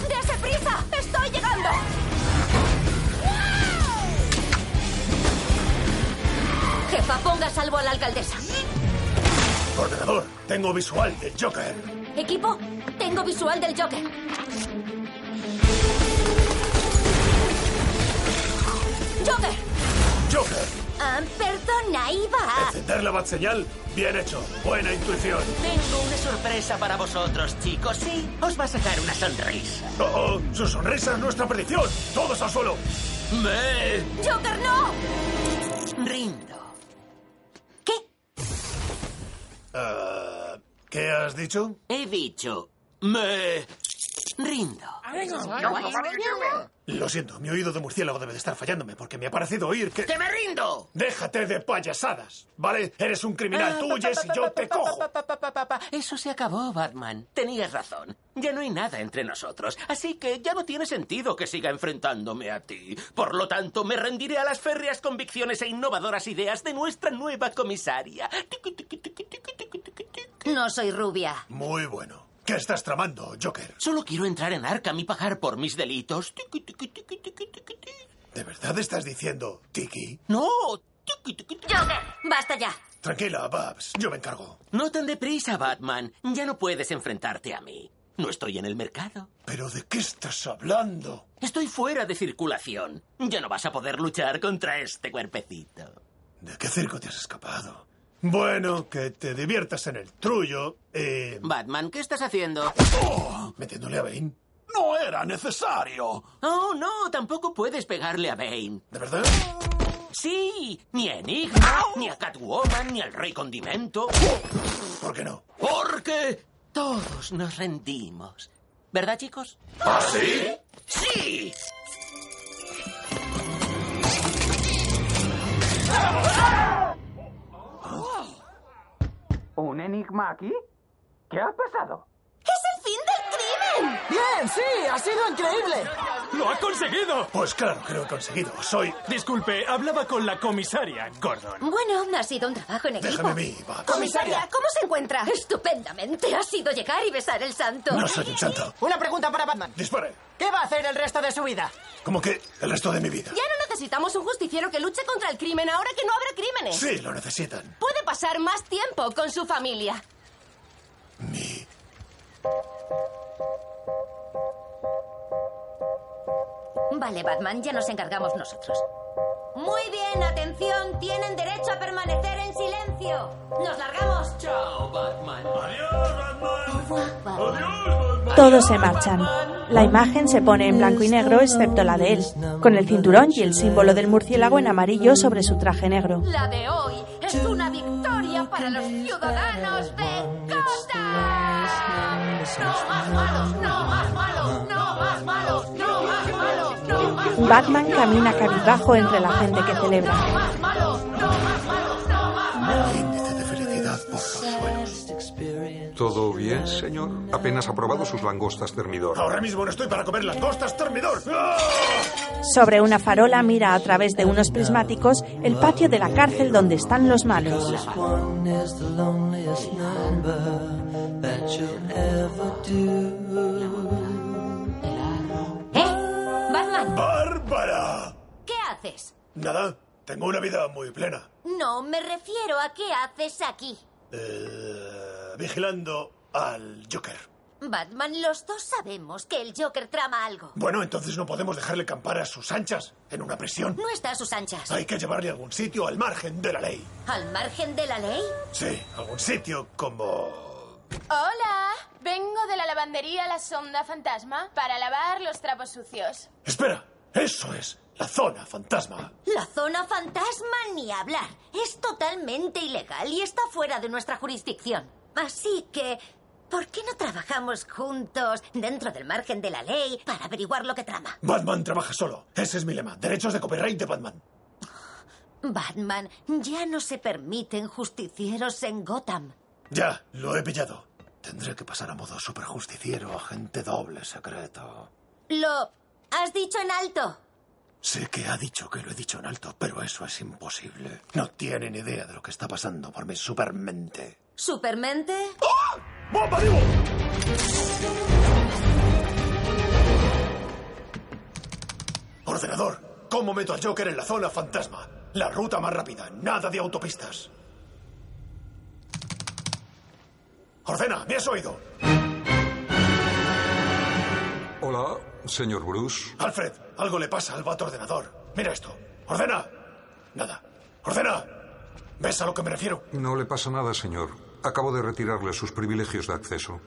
S17: ¡Dese prisa! ¡Estoy llegando! Jefa, ponga a salvo a la alcaldesa.
S2: Ordenador, tengo visual de Joker.
S17: Equipo, tengo visual del Joker. ¡Joker!
S2: Joker,
S17: Ah, perdona, iba a...
S2: encender la batseñal. Bien hecho. Buena intuición.
S7: Tengo una sorpresa para vosotros, chicos. Sí, os va a sacar una sonrisa.
S2: Oh, oh, su sonrisa es nuestra perdición. Todos al suelo.
S7: Me...
S17: ¡Joker, no!
S7: Rindo.
S2: Ah, ¿Qué has dicho?
S7: He dicho... Me... Rindo.
S2: Lo siento, mi oído de murciélago debe de estar fallándome porque me ha parecido oír que...
S7: ¡Que me rindo!
S2: Déjate de payasadas, ¿vale? Eres un criminal,
S7: Ah, pa,
S2: tú
S7: pa,
S2: huyes
S7: pa,
S2: y
S7: pa,
S2: yo
S7: pa,
S2: te
S7: pa,
S2: cojo.
S7: pa, pa, pa, pa, pa, pa. Eso se acabó, Batman. Tenías razón. Ya no hay nada entre nosotros, así que ya no tiene sentido que siga enfrentándome a ti. Por lo tanto, me rendiré a las férreas convicciones e innovadoras ideas de nuestra nueva comisaria.
S19: No soy rubia.
S2: Muy bueno. ¿Qué estás tramando, Joker?
S7: Solo quiero entrar en Arkham y pagar por mis delitos.
S2: ¿De verdad estás diciendo, Tiki?
S7: No,
S17: Joker, basta ya.
S2: Tranquila, Babs, yo me encargo.
S7: no tan deprisa, Batman. Ya no puedes enfrentarte a mí. No estoy en el mercado.
S2: ¿Pero de qué estás hablando?
S7: Estoy fuera de circulación. Ya no vas a poder luchar contra este cuerpecito.
S2: ¿De qué circo te has escapado? Bueno, que te diviertas en el trullo y...
S7: Batman, ¿qué estás haciendo?
S2: ¿Metiéndole a Bane? ¡No era necesario!
S7: Oh, no, tampoco puedes pegarle a Bane.
S2: ¿De verdad?
S7: Sí, ni a Enigma, ni a Catwoman, ni al Rey Condimento.
S2: ¿Por qué no?
S7: Porque todos nos rendimos. ¿Verdad, chicos?
S2: ¿Ah, sí?
S7: ¡Sí!
S16: ¿Un enigma aquí? ¿Qué ha pasado?
S17: ¡Es el fin del crimen!
S16: ¡Bien, sí! ¡Ha sido increíble!
S21: ¡Lo ha conseguido!
S2: Pues claro que lo he conseguido. Soy...
S21: Disculpe, hablaba con la comisaria, Gordon.
S19: Bueno, ha sido un trabajo en equipo.
S21: Déjame a mí, va.
S17: Comisaria,
S19: ¿cómo se encuentra? Estupendamente. Ha sido llegar y besar el santo.
S2: No soy un santo.
S17: Una pregunta para Batman.
S2: Dispare.
S17: ¿Qué va a hacer el resto de su vida?
S2: Como que el resto de mi vida.
S17: Ya no necesitamos un justiciero que luche contra el crimen ahora que no habrá crímenes.
S2: Sí, lo necesitan.
S17: Puede pasar más tiempo con su familia.
S19: Vale, Batman, ya nos encargamos nosotros.
S17: Muy bien, atención, tienen derecho a permanecer en silencio. Nos largamos.
S7: Chao, Batman.
S1: Todos se marchan. La imagen se pone en blanco y negro excepto la de él, con el cinturón y el símbolo del murciélago en amarillo sobre su traje negro.
S5: La de hoy es una victoria para los ciudadanos de Costa. No más malos, no más malos, no más malos, no más malos, no más malos.
S1: Batman camina cabizbajo entre la gente que celebra.
S13: ¿Todo bien, señor? Apenas ha probado sus langostas, termidor.
S2: Ahora mismo no estoy para comer langostas, termidor. ¡Ah!
S1: Sobre una farola mira a través de unos prismáticos el patio de la cárcel donde están los malos.
S17: Batman,
S2: ¡Bárbara!
S19: ¿Qué haces?
S2: Nada, tengo una vida muy plena.
S19: No, me refiero a qué haces aquí.
S2: Eh, vigilando al Joker.
S19: Batman, los dos sabemos que el Joker trama algo.
S2: Bueno, entonces no podemos dejarle campar a sus anchas en una prisión.
S19: No está a sus anchas.
S2: Hay que llevarle a algún sitio al margen de la ley.
S19: ¿Al margen de la ley?
S2: Sí, algún sitio como...
S22: Hola, vengo de la lavandería La Sonda Fantasma para lavar los trapos sucios.
S2: Espera, eso es, la zona fantasma.
S19: La zona fantasma ni hablar. Es totalmente ilegal y está fuera de nuestra jurisdicción. Así que, ¿por qué no trabajamos juntos dentro del margen de la ley para averiguar lo que trama?
S2: Batman trabaja solo. Ese es mi lema. Derechos de copyright de Batman.
S19: Batman, ya no se permiten justicieros en Gotham.
S2: Ya, lo he pillado. Tendré que pasar a modo superjusticiero, agente doble secreto.
S17: Lo has dicho en alto.
S2: Sé que ha dicho que lo he dicho en alto, pero eso es imposible. No tienen idea de lo que está pasando por mi supermente.
S17: ¿Supermente?
S16: ¡Oh!
S2: ¡Bomba de humo! Ordenador, ¿cómo meto a Joker en la zona fantasma? La ruta más rápida, nada de autopistas. Ordena, me has oído.
S13: Hola, señor Bruce.
S2: Alfred, algo le pasa al vato ordenador. Mira esto. Ordena. Nada. Ordena. ¿Ves a lo que me refiero?
S13: No le pasa nada, señor. Acabo de retirarle sus privilegios de acceso.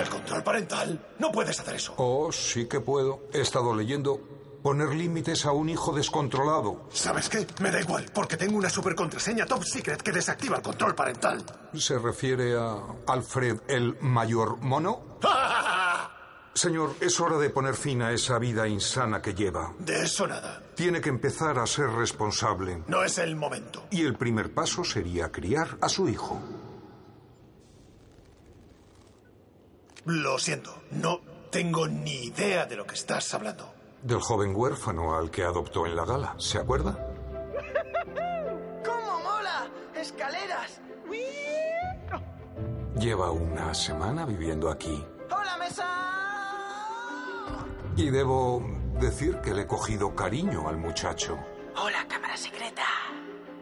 S2: El control parental. No puedes hacer eso.
S13: Oh, sí que puedo. He estado leyendo poner límites a un hijo descontrolado.
S2: ¿Sabes qué? Me da igual, porque tengo una supercontraseña top secret que desactiva el control parental.
S13: ¿Se refiere a Alfred el mayor
S2: [laughs]
S13: mono? Señor, es hora de poner fin a esa vida insana que lleva.
S2: De eso nada.
S13: Tiene que empezar a ser responsable.
S2: No es el momento.
S13: Y el primer paso sería criar a su hijo.
S2: Lo siento, no tengo ni idea de lo que estás hablando.
S13: Del joven huérfano al que adoptó en la gala, ¿se acuerda?
S5: ¡Cómo mola! ¡Escaleras!
S13: Lleva una semana viviendo aquí.
S5: ¡Hola, mesa!
S13: Y debo decir que le he cogido cariño al muchacho.
S5: Hola, cámara secreta.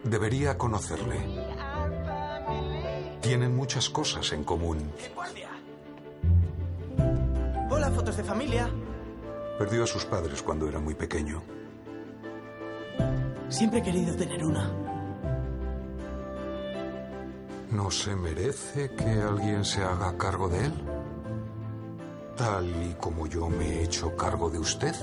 S13: Debería conocerle. Tienen muchas cosas en común.
S16: Guardia. Hola, fotos de familia.
S13: Perdió a sus padres cuando era muy pequeño.
S16: Siempre he querido tener una.
S13: ¿No se merece que alguien se haga cargo de él? Tal y como yo me he hecho cargo de usted.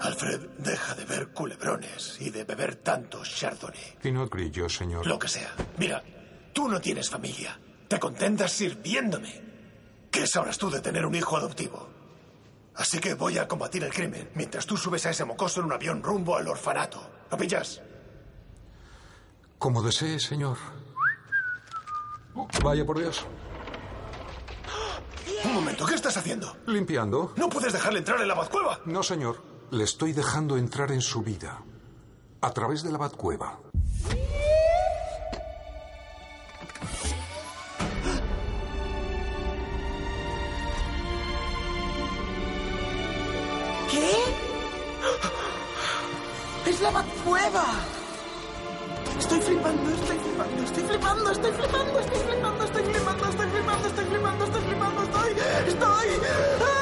S2: Alfred, deja de ver culebrones y de beber tanto Chardonnay.
S13: Pinocchio, señor.
S2: Lo que sea. Mira, tú no tienes familia. Te contentas sirviéndome. ¿Qué sabrás tú de tener un hijo adoptivo? Así que voy a combatir el crimen mientras tú subes a ese mocoso en un avión rumbo al orfanato. ¿Lo pillas?
S13: Como desee, señor. Oh, Vaya por Dios.
S2: ¡Ah! Un momento, ¿qué estás haciendo?
S13: Limpiando.
S2: No puedes dejarle entrar en la bazcueva.
S13: No, señor. Le estoy dejando entrar en su vida. A través de la Batcueva.
S5: ¿Qué? ¡Es la Batcueva! Estoy flipando, estoy flipando, estoy flipando, estoy flipando, estoy flipando, estoy flipando, estoy flipando, estoy flipando, estoy flipando, estoy. ¡Estoy! ¡Ah!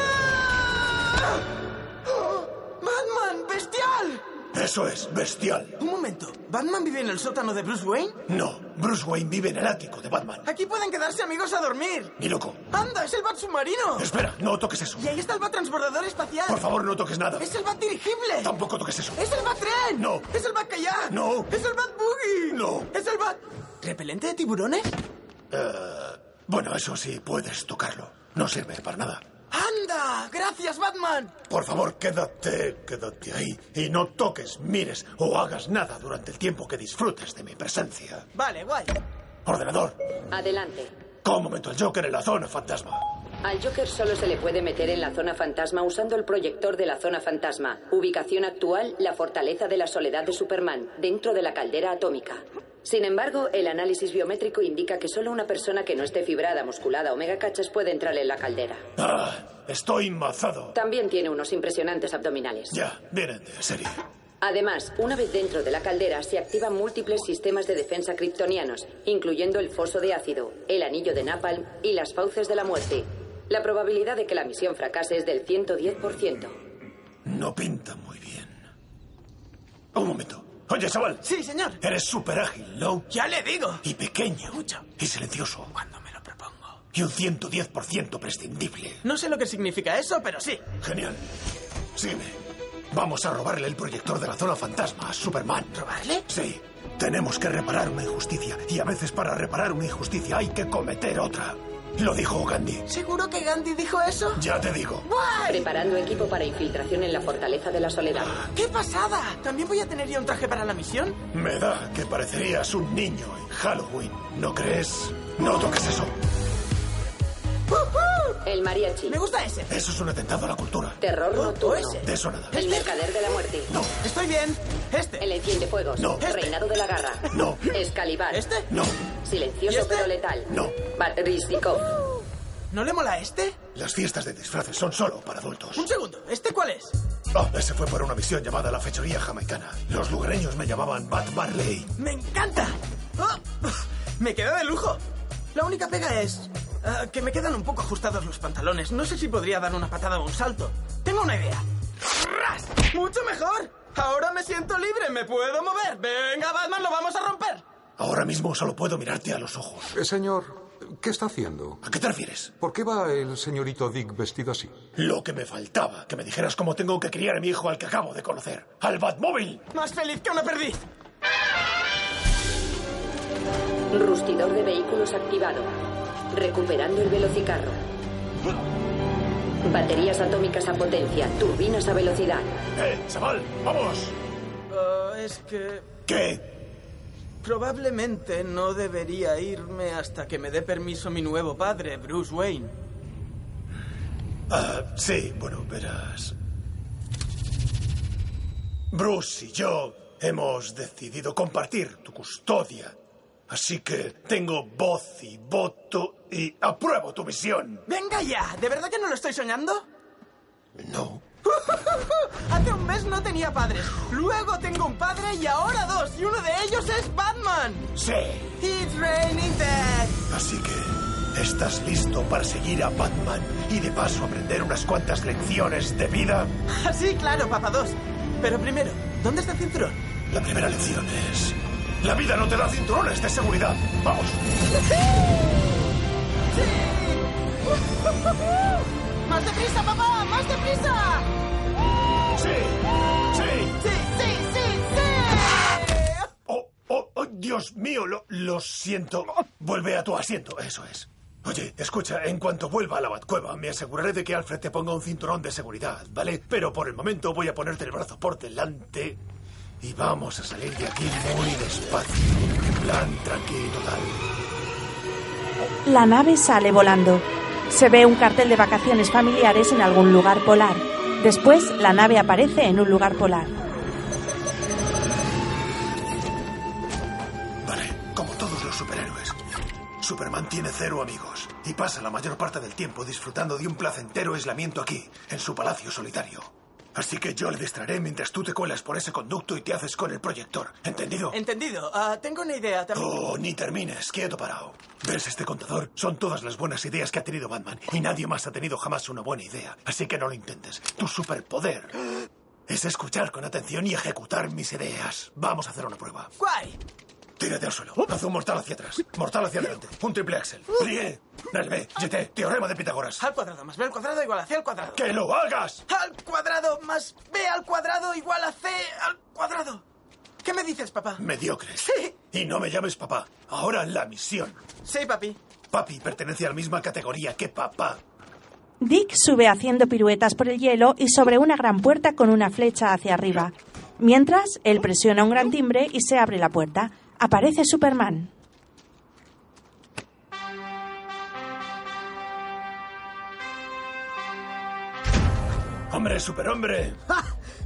S5: ¡Batman! ¡Bestial!
S2: Eso es, bestial.
S16: Un momento, ¿Batman vive en el sótano de Bruce Wayne?
S2: No, Bruce Wayne vive en el ático de Batman.
S16: Aquí pueden quedarse amigos a dormir.
S2: Ni loco.
S16: ¡Anda, es el Bat submarino!
S2: Espera, no toques eso.
S16: Y ahí está el Bat transbordador espacial.
S2: Por favor, no toques nada.
S16: ¡Es el Bat dirigible!
S2: Tampoco toques eso.
S16: ¡Es el Bat tren!
S2: No.
S16: ¡Es el Bat kayak!
S2: No.
S16: ¡Es el Bat boogie!
S2: No.
S16: ¡Es el Bat... ¿Repelente de tiburones?
S2: Eh, bueno, eso sí, puedes tocarlo. No sirve para nada.
S16: ¡Anda! ¡Gracias, Batman!
S2: Por favor, quédate, quédate ahí y no toques, mires o hagas nada durante el tiempo que disfrutes de mi presencia.
S16: Vale, guay.
S2: Ordenador,
S12: Adelante.
S2: ¿cómo meto al Joker en la zona fantasma?
S12: Al Joker solo se le puede meter en la zona fantasma usando el proyector de la zona fantasma. Ubicación actual, la fortaleza de la soledad de Superman, dentro de la caldera atómica. Sin embargo, el análisis biométrico indica que solo una persona que no esté fibrada, musculada o megacachas puede entrar en la caldera.
S2: Ah, estoy mazado.
S12: También tiene unos impresionantes abdominales.
S2: Ya, vienen de serie.
S12: Además, una vez dentro de la caldera, se activan múltiples sistemas de defensa kryptonianos, incluyendo el foso de ácido, el anillo de napalm y las fauces de la muerte. La probabilidad de que la misión fracase es del 110%.
S2: No pinta muy bien. Un momento. Oye, chaval.
S16: Sí, señor.
S2: Eres súper ágil, ¿no?
S16: Ya le digo.
S2: Y pequeño.
S16: Mucho.
S2: Y silencioso.
S16: Cuando me lo propongo.
S2: Y un 110% prescindible.
S16: No sé lo que significa eso, pero sí.
S2: Genial. Sígueme. Vamos a robarle el proyector de la zona fantasma a Superman.
S16: ¿Robarle?
S2: Sí. Tenemos que reparar una injusticia. Y a veces para reparar una injusticia hay que cometer otra. Lo dijo Gandhi.
S5: ¿Seguro que Gandhi dijo eso?
S2: Ya te digo.
S12: Preparando equipo para infiltración en la fortaleza de la soledad.
S16: Ah, ¡Qué pasada! ¿También voy a tener ya un traje para la misión?
S2: Me da que parecerías un niño en Halloween. ¿No crees? No toques eso.
S12: El mariachi.
S16: Uh-huh. Me gusta ese. Oh,
S2: Eso es un atentado a la cultura.
S12: Terror nocturno.
S2: De eso nada.
S12: El mercader de la muerte.
S2: No.
S16: Este. Estoy bien. Este.
S12: El enciende fuegos.
S2: No.
S12: Reinado de la garra.
S2: No.
S12: Excalibur. Este.
S2: No.
S12: Silencioso pero letal.
S2: este? No.
S12: Barristikov.
S16: ¿No le mola este?
S2: Las fiestas de disfraces son solo para adultos.
S16: Un segundo. ¿Este cuál es?
S2: Oh, ese fue por una misión llamada la fechoría jamaicana. Los lugareños me llamaban Bat Marley.
S16: ¡Me encanta! ¡Oh! Me queda de lujo. La única pega es ah, que me quedan un poco ajustados los pantalones. No sé si podría dar una patada o un salto. Tengo una idea. ¡Ras! ¡Mucho mejor! Ahora me siento libre, me puedo mover. Venga, Batman, lo vamos a romper.
S2: Ahora mismo solo puedo mirarte a los ojos.
S13: Eh, señor, ¿qué está haciendo?
S2: ¿A qué te refieres?
S13: ¿Por qué va el señorito Dick vestido así?
S2: Lo que me faltaba, que me dijeras cómo tengo que criar a mi hijo al que acabo de conocer. ¡Al Batmóvil!
S16: Más feliz que una perdiz.
S12: Rustidor de vehículos activado. Recuperando el velocicarro. Baterías atómicas a potencia. Turbinas a velocidad.
S2: ¡Eh, chaval! ¡Vamos!
S16: Ah, es que
S2: ¿Qué?
S16: probablemente no debería irme hasta que me dé permiso mi nuevo padre, Bruce Wayne.
S2: Ah, sí, bueno, verás. Bruce y yo hemos decidido compartir tu custodia. Así que tengo voz y voto y apruebo tu misión.
S16: Venga ya, ¿de verdad que no lo estoy soñando?
S2: No.
S16: [laughs] Hace un mes no tenía padres, luego tengo un padre y ahora dos, y uno de ellos es Batman.
S2: Sí.
S16: It's raining dead. [laughs]
S2: Así que, ¿estás listo para seguir a Batman y de paso aprender unas cuantas lecciones de vida?
S16: Sí, claro, papá dos. Pero primero, ¿dónde está el cinturón?
S2: La primera lección es... La vida no te da cinturones de seguridad. Vamos.
S5: ¡Más deprisa, papá! ¡Más deprisa!
S2: Sí, sí.
S5: ¡Sí, sí, sí, sí!
S2: Oh, oh, oh, Dios mío, lo, lo siento. Vuelve a tu asiento, eso es. Oye, escucha, en cuanto vuelva a la Batcueva, me aseguraré de que Alfred te ponga un cinturón de seguridad, ¿vale? Pero por el momento voy a ponerte el brazo por delante y vamos a salir de aquí muy despacio. Plan tranquilo, tal.
S1: La nave sale volando. Se ve un cartel de vacaciones familiares en algún lugar polar. Después, la nave aparece en un lugar polar.
S2: Vale, como todos los superhéroes, Superman tiene cero amigos y pasa la mayor parte del tiempo disfrutando de un placentero aislamiento aquí, en su palacio solitario. Así que yo le distraeré mientras tú te cuelas por ese conducto y te haces con el proyector. ¿Entendido?
S16: Entendido. Ah, tengo una idea también.
S2: Oh, ni termines, quieto parado. ¿Ves este contador? Son todas las buenas ideas que ha tenido Batman y nadie más ha tenido jamás una buena idea. Así que no lo intentes. Tu superpoder [gasps] es escuchar con atención y ejecutar mis ideas. Vamos a hacer una prueba.
S16: Guay.
S2: Tírate al suelo. Haz un mortal hacia atrás. Mortal hacia adelante. Un triple axel. Rie. Relevé. Yete. Teorema de Pitágoras.
S16: Al cuadrado más b al cuadrado igual a c al cuadrado.
S2: ¡Que lo hagas!
S16: Al cuadrado más b al cuadrado igual a c al cuadrado. ¿Qué me dices, papá?
S2: Mediocres.
S16: Sí.
S2: Y no me llames papá. Ahora la misión.
S16: Sí, papi.
S2: Papi pertenece a la misma categoría que papá.
S1: Dick sube haciendo piruetas por el hielo y sobre una gran puerta con una flecha hacia arriba. Mientras, él presiona un gran timbre y se abre la puerta. Aparece Superman.
S2: Hombre, superhombre.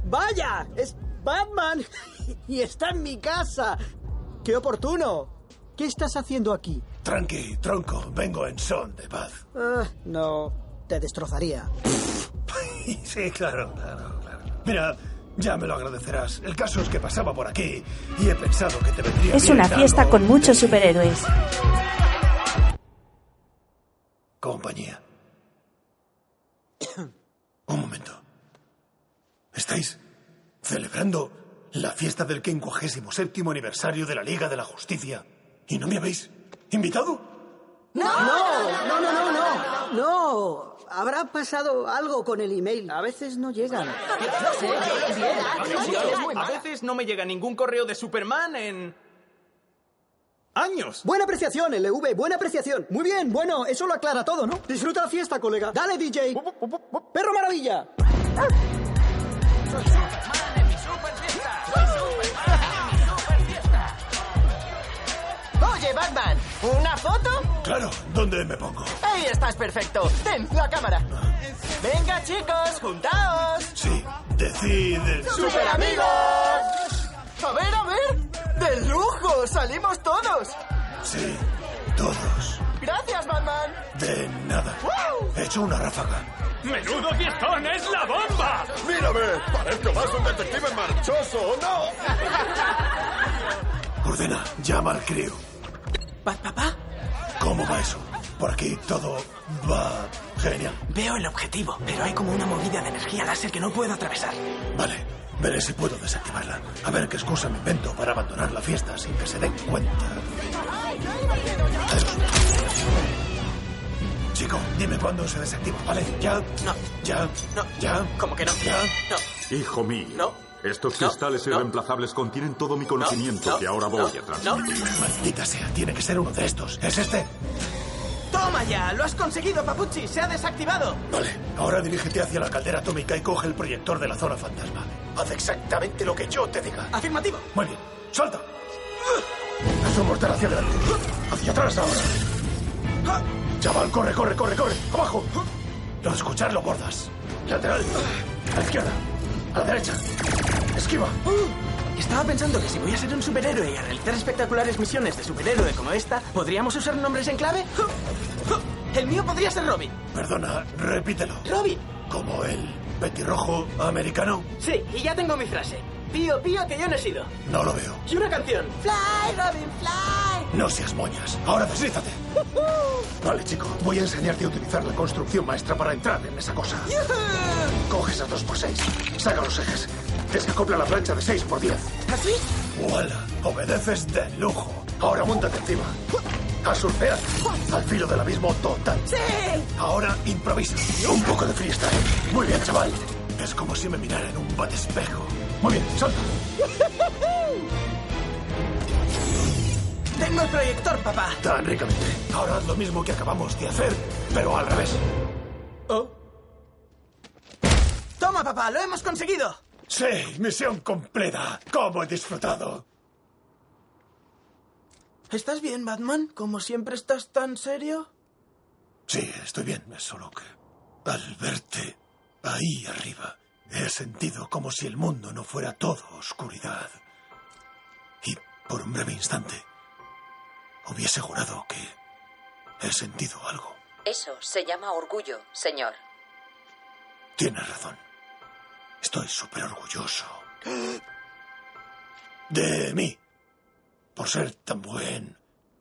S23: ¡Vaya! ¡Es Batman! [laughs] ¡Y está en mi casa! ¡Qué oportuno! ¿Qué estás haciendo aquí?
S2: Tranqui, tronco. Vengo en son de paz.
S23: Ah, no, te destrozaría.
S2: sí, claro, claro, claro. Mira, ya me lo agradecerás. El caso es que pasaba por aquí y he pensado que te vendría
S1: Es
S2: bien
S1: una
S2: algo.
S1: fiesta con muchos superhéroes.
S2: Compañía. Un momento. ¿Estáis celebrando la fiesta del 57 aniversario de la Liga de la Justicia? ¿Y no me habéis invitado?
S23: ¡No! ¡No, no, no, no! ¡No! Habrá pasado algo con el email. A veces no llegan.
S16: A veces no me llega ningún correo de Superman en... Años.
S15: Buena apreciación, LV, buena apreciación. Muy bien, bueno, eso lo aclara todo, ¿no? Disfruta la fiesta, colega. Dale, DJ. Perro Maravilla.
S5: Oye, Batman, ¿una foto?
S2: Claro, ¿dónde me pongo?
S5: Ahí estás perfecto. Ten la cámara. Venga, chicos, juntaos.
S2: Sí, decide.
S5: ¡Super amigos! A ver, a ver. ¡De lujo! ¡Salimos todos!
S2: Sí, todos.
S5: Gracias, Batman.
S2: De nada. He hecho una ráfaga.
S24: ¡Menudo fiestón! ¡Es la bomba!
S25: ¡Mírame! ¡Parezco más un detective marchoso! ¿o
S5: [laughs]
S25: ¡No!
S2: Ordena, llama al crío.
S16: ¿Papá?
S2: ¿Cómo va eso? Por aquí todo va genial.
S16: Veo el objetivo, pero hay como una movida de energía láser que no puedo atravesar.
S2: Vale, veré si puedo desactivarla. A ver qué excusa me invento para abandonar la fiesta sin que se den cuenta. Chico, dime cuándo se desactiva, ¿vale? Ya,
S16: no,
S2: ya,
S16: no,
S2: ya.
S16: ¿Cómo que no?
S2: Ya,
S16: no.
S4: Hijo mío.
S16: No.
S4: Estos
S16: No,
S4: cristales
S16: no.
S4: irreemplazables contienen todo mi conocimiento
S16: no,
S4: que ahora voy a
S16: no.
S4: transmitir.
S2: Maldita sea, tiene que ser uno de estos. ¿Es este?
S16: ¡Toma ya! ¡Lo has conseguido, Papuchi! ¡Se ha desactivado!
S2: Vale, ahora dirígete hacia la caldera atómica y coge el proyector de la zona fantasma. Haz exactamente lo que yo te diga.
S16: ¡Afirmativo!
S2: Muy bien, salta. Eso mortal hacia adelante. Hacia atrás ahora. Chaval, corre, corre, corre, corre. Abajo. No escucharlo, bordas. Lateral. A la izquierda. A la derecha. Esquiva.
S16: ¡Uh! Estaba pensando que si voy a ser un superhéroe y a realizar espectaculares misiones de superhéroe como esta, ¿podríamos usar nombres en clave? El mío podría ser Robin.
S2: Perdona, repítelo.
S16: Robin.
S2: Como el petirrojo americano.
S16: Sí, y ya tengo mi frase. Pío, pío, que yo no he sido.
S2: No lo veo.
S16: Y una canción.
S5: ¡Fly, Robin, fly!
S2: No seas moñas. Ahora deslízate. Vale, chico. Voy a enseñarte a utilizar la construcción maestra para entrar en esa cosa. Coges a 2x6. Saca los ejes. Desacopla la plancha de 6x10.
S16: ¿Así?
S2: ¡Wala! Obedeces de lujo. Ahora montate encima. A surfear. Al filo del abismo total.
S16: ¡Sí!
S2: Ahora improvisa. Un poco de freestyle. Muy bien, chaval. Es como si me mirara en un batespejo. Muy bien, salta.
S16: Tengo el proyector, papá.
S2: Tan ricamente. Ahora haz lo mismo que acabamos de hacer, pero al revés.
S16: Toma, papá, lo hemos conseguido.
S2: Sí, misión completa. ¿Cómo he disfrutado?
S16: ¿Estás bien, Batman? ¿Como siempre estás tan serio?
S2: Sí, estoy bien. Es solo que al verte ahí arriba, he sentido como si el mundo no fuera todo oscuridad. Y por un breve instante, hubiese jurado que he sentido algo.
S12: Eso se llama orgullo, señor.
S2: Tienes razón. Estoy súper orgulloso. De mí. Por ser tan buen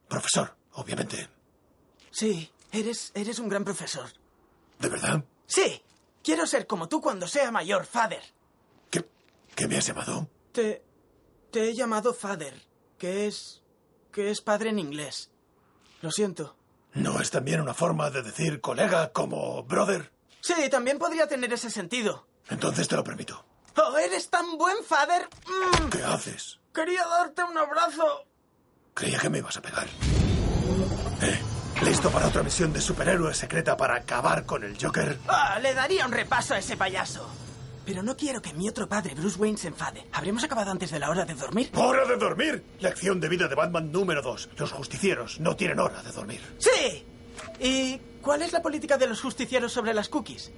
S2: profesor, obviamente.
S16: Sí, eres, eres un gran profesor.
S2: ¿De verdad?
S16: Sí, quiero ser como tú cuando sea mayor, Father.
S2: ¿Qué me has llamado?
S16: Te, te he llamado Father, que es... que es padre en inglés. Lo siento.
S2: ¿No es también una forma de decir colega como brother?
S16: Sí, también podría tener ese sentido.
S2: Entonces te lo permito.
S16: ¡Oh, eres tan buen Father! Mm,
S2: ¿Qué haces?
S16: quería darte un abrazo.
S2: Creía que me ibas a pegar. Eh, ¿Listo para otra misión de superhéroe secreta para acabar con el Joker?
S16: Ah, le daría un repaso a ese payaso. Pero no quiero que mi otro padre, Bruce Wayne, se enfade. ¿Habremos acabado antes de la hora de dormir?
S2: ¡Hora de dormir! Lección de vida de Batman número 2. Los justicieros no tienen hora de dormir.
S16: ¡Sí! ¿Y cuál es la política de los justicieros sobre las cookies?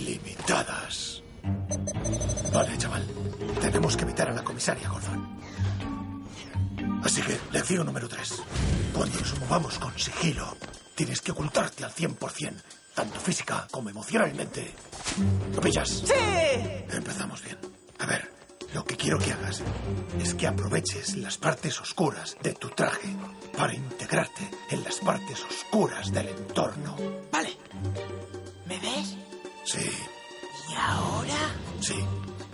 S2: Ilimitadas. Vale, chaval. Tenemos que evitar a la comisaria Gordon. Así que, lección número 3. Cuando nos movamos con sigilo, tienes que ocultarte al 100%, tanto física como emocionalmente. ¿Lo pillas?
S16: ¡Sí!
S2: Empezamos bien. A ver, lo que quiero que hagas es que aproveches las partes oscuras de tu traje para integrarte en las partes oscuras del entorno.
S16: Vale. ¿Me ves?
S2: Sí,
S16: ¿Y ahora?
S2: sí,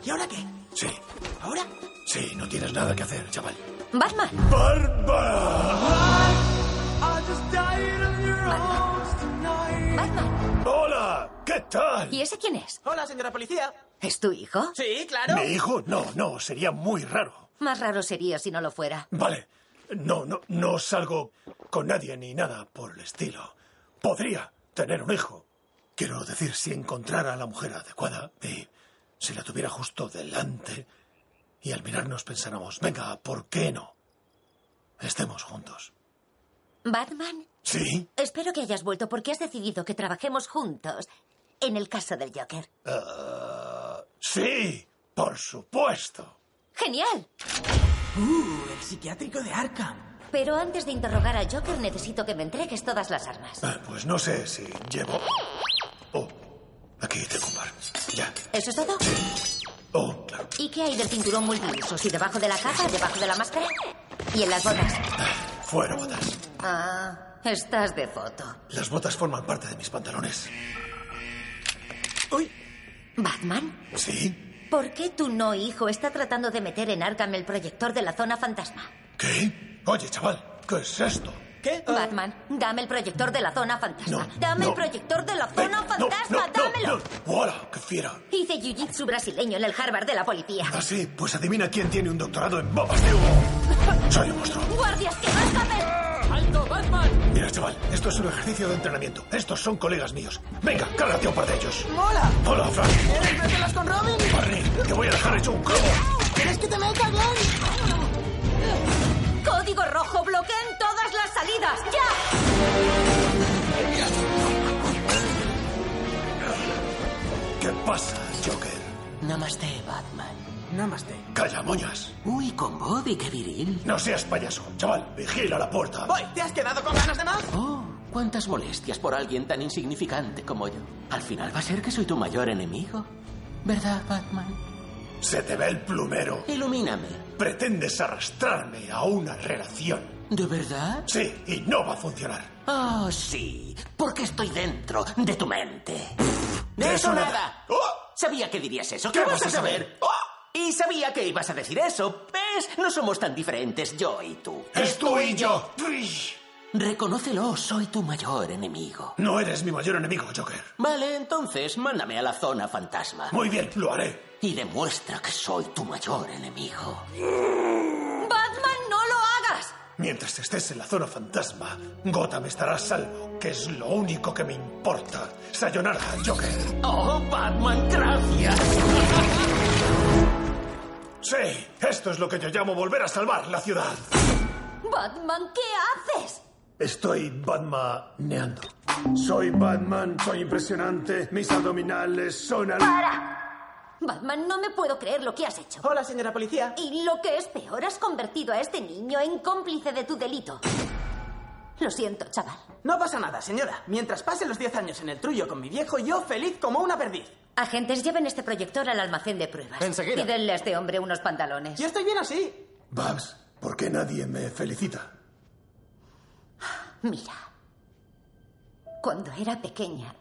S16: ¿Y ahora qué?
S2: sí,
S16: ¿Ahora?
S2: sí, no tienes nada que hacer, chaval.
S19: Batman.
S2: ¡Barba!
S19: Batman.
S2: ¡Hola! ¿Qué tal?
S19: ¿Y ese quién es?
S16: Hola, señora policía.
S19: ¿Es tu hijo?
S16: Sí, claro.
S2: ¿Mi hijo? No, no, sería muy raro.
S19: Más raro sería si no lo fuera.
S2: Vale, No, no, no salgo con nadie ni nada por el estilo. Podría tener un hijo. Quiero decir, si encontrara a la mujer adecuada y si la tuviera justo delante y al mirarnos pensáramos, venga, ¿por qué no? Estemos juntos.
S19: ¿Batman?
S2: ¿Sí?
S19: Espero que hayas vuelto porque has decidido que trabajemos juntos en el caso del Joker.
S2: Ah, sí, por supuesto.
S19: ¡Genial!
S16: Uh, el psiquiátrico de Arkham.
S19: Pero antes de interrogar al Joker, necesito que me entregues todas las armas.
S2: Ah, Pues no sé si llevo... Oh, aquí tengo un par. Ya.
S19: ¿Eso es todo?
S2: Oh,
S19: ¿Y qué hay del cinturón multiusos? ¿Y debajo de la capa? ¿Debajo de la máscara? ¿Y en las botas?
S2: fuera botas.
S19: Ah, estás de foto.
S2: Las botas forman parte de mis pantalones.
S19: ¿Batman?
S2: ¿Sí?
S19: ¿Por qué tu no hijo está tratando de meter en Arkham el proyector de la zona fantasma?
S2: ¿Qué? Oye, chaval, ¿qué es esto?
S19: ¿Qué?
S16: Ah.
S19: Batman, dame el proyector de la zona fantasma. dame el proyector de
S16: Eh,
S19: la zona fantasma, dámelo.
S2: ¡Hola, qué fiera!
S19: Hice jiu-jitsu brasileño en el Harvard de la policía.
S2: Ah, sí, pues adivina quién tiene un doctorado en bobas de humo. Soy un monstruo.
S19: ¡Guardias, que no escapen!
S5: ¡Alto, Batman!
S2: Mira, chaval, esto es un ejercicio de entrenamiento. Estos son colegas míos. Venga, cárgate a un par de ellos.
S5: ¡Mola!
S2: Hola, Frank.
S5: ¿Quieres meterlas con Robin?
S2: Barney, te voy a dejar hecho un cromo.
S5: ¿Quieres que te meta, Glenn?
S17: Código rojo, bloqueen todas las salidas. ¡Ya!
S2: ¿Qué pasa, Joker?
S10: Namaste, Batman.
S16: Namaste.
S2: Calla, moñas.
S10: Uy, con Bobby, qué viril.
S2: No seas payaso. Chaval, vigila la puerta.
S16: ¡Voy! ¿Te has quedado con ganas de más?
S10: Oh, cuántas molestias por alguien tan insignificante como yo. Al final va a ser que soy tu mayor enemigo. ¿Verdad, Batman?
S2: Se te ve el plumero.
S10: Ilumíname.
S2: Pretendes arrastrarme a una relación.
S10: ¿De verdad?
S2: Sí, y no va a funcionar.
S7: Ah,
S10: Oh, sí. Porque estoy dentro de tu mente. ¡De
S2: eso
S10: eso
S2: nada.
S10: nada! Sabía que dirías eso. ¿Qué,
S2: Oh. ¿Qué
S10: vas a saber? ¡Oh! Y sabía que ibas a decir eso. ¿Ves? No somos tan diferentes, yo y tú.
S2: Es tú y yo.
S10: Reconócelo, soy tu mayor enemigo.
S2: No eres mi mayor enemigo, Joker.
S10: Vale, entonces mándame a la zona fantasma.
S2: Muy bien, lo haré.
S10: Y demuestra que soy tu mayor enemigo.
S17: ¡Batman, no lo hagas!
S2: Mientras estés en la zona fantasma, Gotham estará a salvo, que es lo único que me importa. Sayonara, Joker.
S10: ¡Oh, Batman, gracias!
S2: Sí, esto es lo que yo llamo volver a salvar la ciudad.
S17: Batman, ¿qué haces?
S2: Estoy Batmaneando. Soy Batman, soy impresionante, mis abdominales son al...
S17: ¡Para! Batman, no me puedo creer lo que has hecho.
S16: Hola, señora policía.
S17: Y lo que es peor, has convertido a este niño en cómplice de tu delito. Lo siento, chaval.
S16: No pasa nada, señora. Mientras pase los 10 años en el trullo con mi viejo, yo feliz como una perdiz.
S19: Agentes, lleven este proyector al almacén de pruebas.
S16: Enseguida.
S19: Y denle a este hombre unos pantalones.
S16: Yo estoy bien así.
S2: Babs, ¿por qué nadie me felicita?
S19: Mira, cuando era pequeña,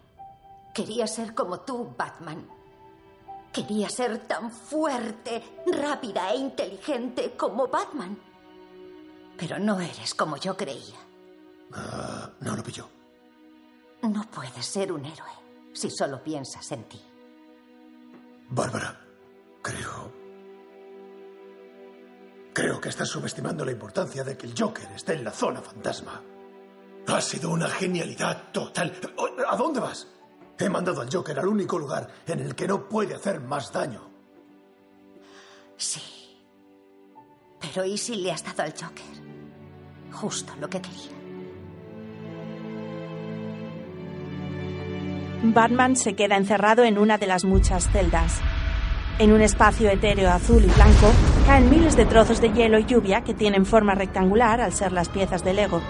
S19: quería ser como tú, Batman. Quería ser tan fuerte, rápida e inteligente como Batman. Pero no eres como yo creía.
S2: Ah, no lo pillo.
S19: No puedes ser un héroe si solo piensas en ti.
S2: Bárbara, creo... Creo que estás subestimando la importancia de que el Joker esté en la zona fantasma. Ha sido una genialidad total. O- ¿A dónde vas? He mandado al Joker al único lugar en el que no puede hacer más daño.
S19: Sí. Pero ¿y si le has dado al Joker? Justo lo que quería.
S1: Batman se queda encerrado en una de las muchas celdas. En un espacio etéreo azul y blanco caen miles de trozos de hielo y lluvia que tienen forma rectangular al ser las piezas de Lego.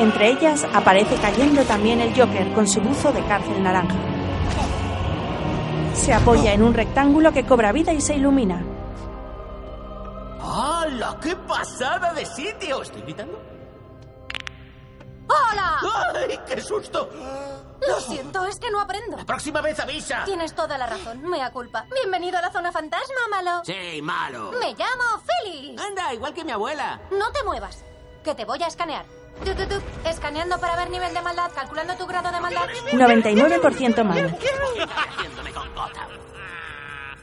S1: Entre ellas aparece cayendo también el Joker con su buzo de cárcel naranja. Se apoya en un rectángulo que cobra vida y se ilumina.
S10: ¡Hala! ¡Qué pasada de sitio! ¿Estoy gritando?
S17: ¡Hola!
S10: ¡Ay, qué susto!
S17: Ah. Lo siento, es que no aprendo.
S10: Próxima vez avisa.
S17: Tienes toda la razón, mea culpa. Bienvenido a la zona fantasma, malo.
S10: Sí, malo.
S17: Me llamo Phyllis.
S10: Anda, igual que mi abuela.
S17: No te muevas, que te voy a escanear. Tuc, tuc, tuc. Escaneando para ver nivel de maldad, calculando tu grado de maldad.
S1: 99% malo.
S10: Haciéndome con Gotham.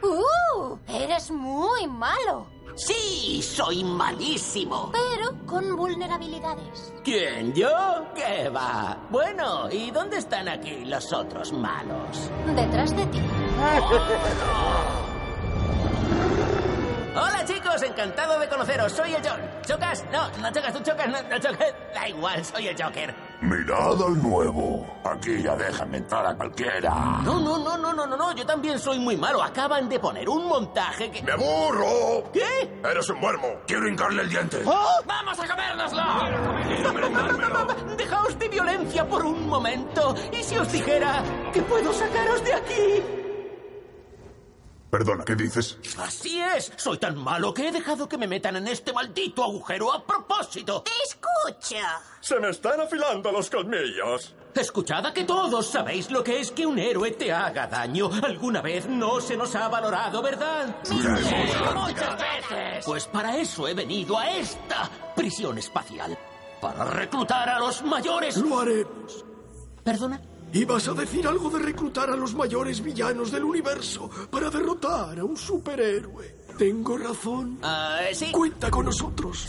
S17: ¡Uh! Eres muy malo.
S7: Sí, soy malísimo.
S17: Pero con vulnerabilidades.
S7: ¿Quién? ¿Yo? ¿Qué va? Bueno, ¿y dónde están aquí los otros
S2: [laughs]
S7: malos?
S17: Detrás de ti.
S7: Hola chicos, encantado de conoceros. Soy el John. ¿Chocas? No, no chocas, tú chocas, no, no chocas. Da igual, soy el Joker.
S2: Mirad al nuevo. Aquí ya dejan entrar a cualquiera.
S7: No, no, no, no, no, no, no. Yo también soy muy malo. Acaban de poner un montaje que.
S2: ¡Me aburro! ¿Ah?
S7: ¿Qué?
S2: Eres un muermo. Quiero hincarle el diente.
S7: ¡Oh! ¡Vamos a comérnoslo! Dejaos de violencia por un momento. ¿Y si os dijera que puedo sacaros de aquí?
S2: Perdona, ¿qué dices?
S7: Así es. Soy tan malo que he dejado que me metan en este maldito agujero a propósito.
S17: Te escucho.
S2: Se me están afilando los colmillos.
S7: Escuchad a que todos sabéis lo que es que un héroe te haga daño. Alguna vez no se nos ha valorado, ¿verdad?
S2: Sí,
S7: muchas veces. Pues para eso he venido a esta prisión espacial. Para reclutar a los mayores.
S2: Lo haremos.
S7: ¿Perdona?
S2: ¿Ibas a decir algo de reclutar a los mayores villanos del universo para derrotar a un superhéroe? ¿Tengo razón?
S7: Ah, sí.
S2: Cuenta con nosotros.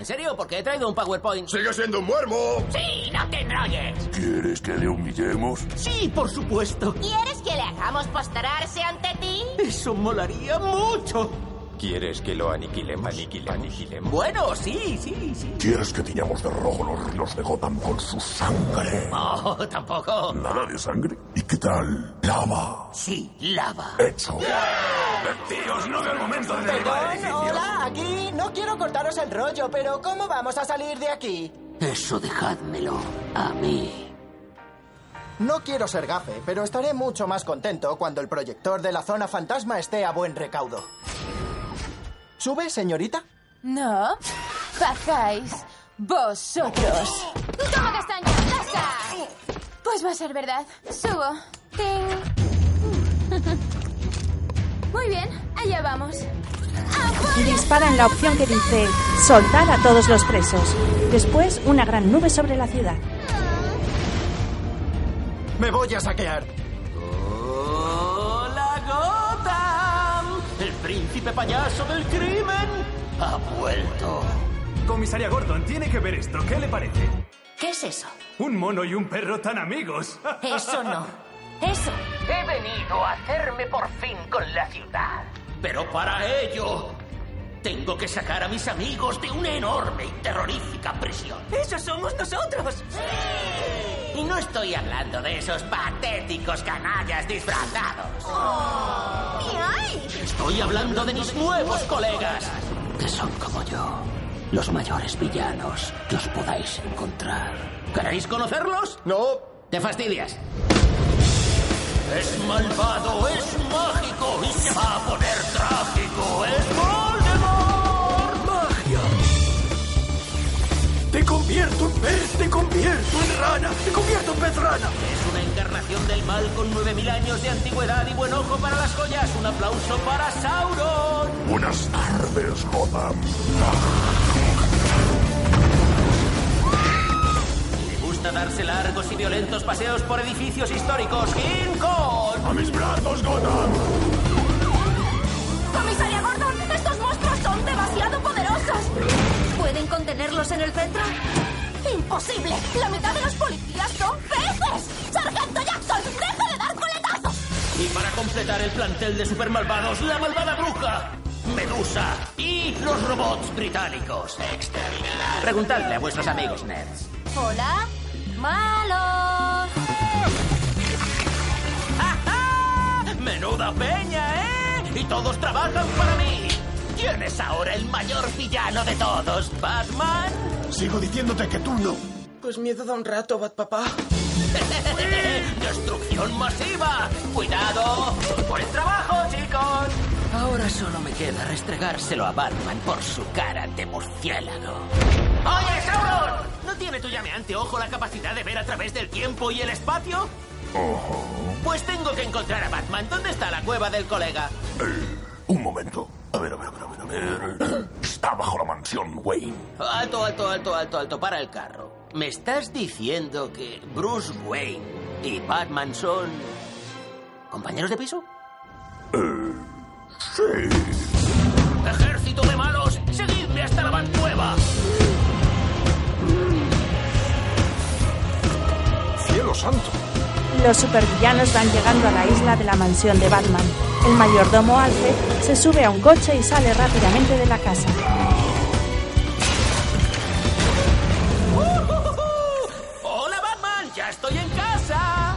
S7: ¿En serio? Porque he traído un PowerPoint.
S2: ¡Sigue siendo un muermo!
S17: ¡Sí! ¡No te enrolles!
S2: ¿Quieres que le humillemos?
S7: Sí, por supuesto.
S17: ¿Quieres que le hagamos postrarse ante ti?
S7: Eso molaría mucho.
S26: ¿Quieres que lo aniquilemos? Aniquilemos. aniquilemos.
S7: Bueno, sí, sí, sí.
S2: ¿Quieres que tiñamos de rojo los ríos de Gotham con su sangre?
S7: No, tampoco.
S2: ¿Nada de sangre? ¿Y qué tal? Lava.
S7: Sí, lava.
S2: Hecho.
S5: Tíos, no veo el momento de derribar
S16: Perdón,
S5: edificios.
S16: hola, aquí. No quiero cortaros el rollo, pero ¿cómo vamos a salir de aquí?
S7: Eso dejádmelo a mí.
S16: No quiero ser gafe, pero estaré mucho más contento cuando el proyector de la zona fantasma esté a buen recaudo. ¿Sube, señorita?
S27: No. Bajáis. Vosotros.
S17: ¡Toma castaña! ¡Tasca!
S27: Pues va a ser verdad. Subo. Ting. Muy bien, allá vamos.
S1: y disparan la opción que dice soltar a todos los presos. Después, una gran nube sobre la ciudad.
S7: oh.
S16: Me voy a saquear.
S7: ¡Hola, Gotham! El príncipe payaso del Ah. crimen ha vuelto.
S4: Comisaria Gordon tiene que ver esto. ¿Qué le parece?
S28: ¿Qué es eso?
S4: Un mono y un perro tan amigos. [laughs]
S28: Eso no. Eso.
S7: He venido a hacerme por fin con la ciudad. Pero para ello, tengo que sacar a mis amigos de una enorme y terrorífica prisión.
S29: ¡Esos somos nosotros!
S7: Y no estoy hablando de esos patéticos canallas disfrazados.
S17: ¡Mi ay!
S7: Estoy hablando de mis nuevos colegas, que son como yo. Los mayores villanos que os podáis encontrar. ¿Queréis conocerlos?
S30: No.
S7: Te fastidias. Es malvado, es mágico y se va a poner trágico. Es Voldemort.
S2: ¡Magia! ¡Te convierto en pez! ¡Te convierto en rana! ¡Te convierto en pez rana!
S7: Es una encarnación del mal con 9.000 años de antigüedad y buen ojo para las joyas. Un aplauso para Sauron.
S2: Buenas tardes, Gotham.
S7: Le gusta darse largos y violentos paseos por edificios históricos. ¡Lincoln!
S2: ¡A mis brazos, Gotham!
S17: ¡Comisaria Gordon! ¡Estos monstruos son demasiado poderosos!
S31: ¿Pueden contenerlos en el centro?
S17: ¡Imposible! ¡La mitad de los policías son peces! ¡Sargento Jackson! ¡Deja de dar coletazos!
S7: Y para completar el plantel de supermalvados, la malvada bruja, Medusa y los robots británicos. Exterminar. Preguntadle a vuestros amigos nerds.
S17: ¡Hola! ¡Malos!
S7: ¡Ja, ja! menuda peña, eh! Y todos trabajan para mí. ¿Quién es ahora el mayor villano de todos, Batman? [laughs]
S30: Sigo diciéndote que tú no.
S29: Pues miedo da un rato, Batpapá.
S7: ¡Destrucción masiva! ¡Cuidado! ¡Buen trabajo, chicos! Ahora solo me queda restregárselo a Batman por su cara de murciélago. ¡Oye, Sauron! ¿No tiene tu llameante ojo la capacidad de ver a través del tiempo y el espacio?
S2: Ojo.
S7: Pues tengo que encontrar a Batman. ¿Dónde está la cueva del colega?
S2: Eh, un momento. A ver, a ver, a ver, a ver, a ver. [clears throat] Está bajo la mansión, Wayne.
S7: Alto, alto, alto, alto, alto. Para el carro. ¿Me estás diciendo que Bruce Wayne y Batman son... compañeros de piso?
S32: Eh, sí.
S7: ¡Ejército de malos! ¡Seguidme hasta la Nueva!
S13: ¡Cielo santo!
S1: Los supervillanos van llegando a la isla de la mansión de Batman. El mayordomo Alfred se sube a un coche y sale rápidamente de la casa.
S7: ¡Hola, Batman! ¡Ya estoy en casa!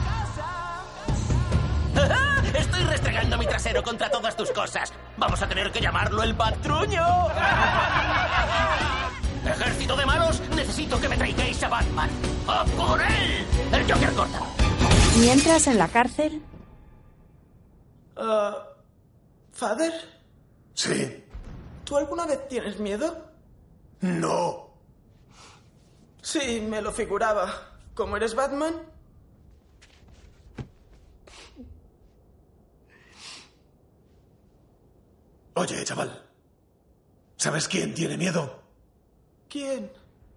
S7: [laughs] Estoy restregando mi trasero contra todas tus cosas. Vamos a tener que llamarlo el patruño. [laughs] Ejército de malos, necesito que me traigáis a Batman. ¡A por él! El Joker corta.
S1: Mientras en la cárcel,
S16: Ah, ¿Father?
S2: Sí.
S16: ¿Tú alguna vez tienes miedo?
S2: No.
S16: Sí, me lo figuraba. ¿Cómo eres Batman?
S2: Oye, chaval. ¿Sabes quién tiene miedo?
S16: ¿Quién?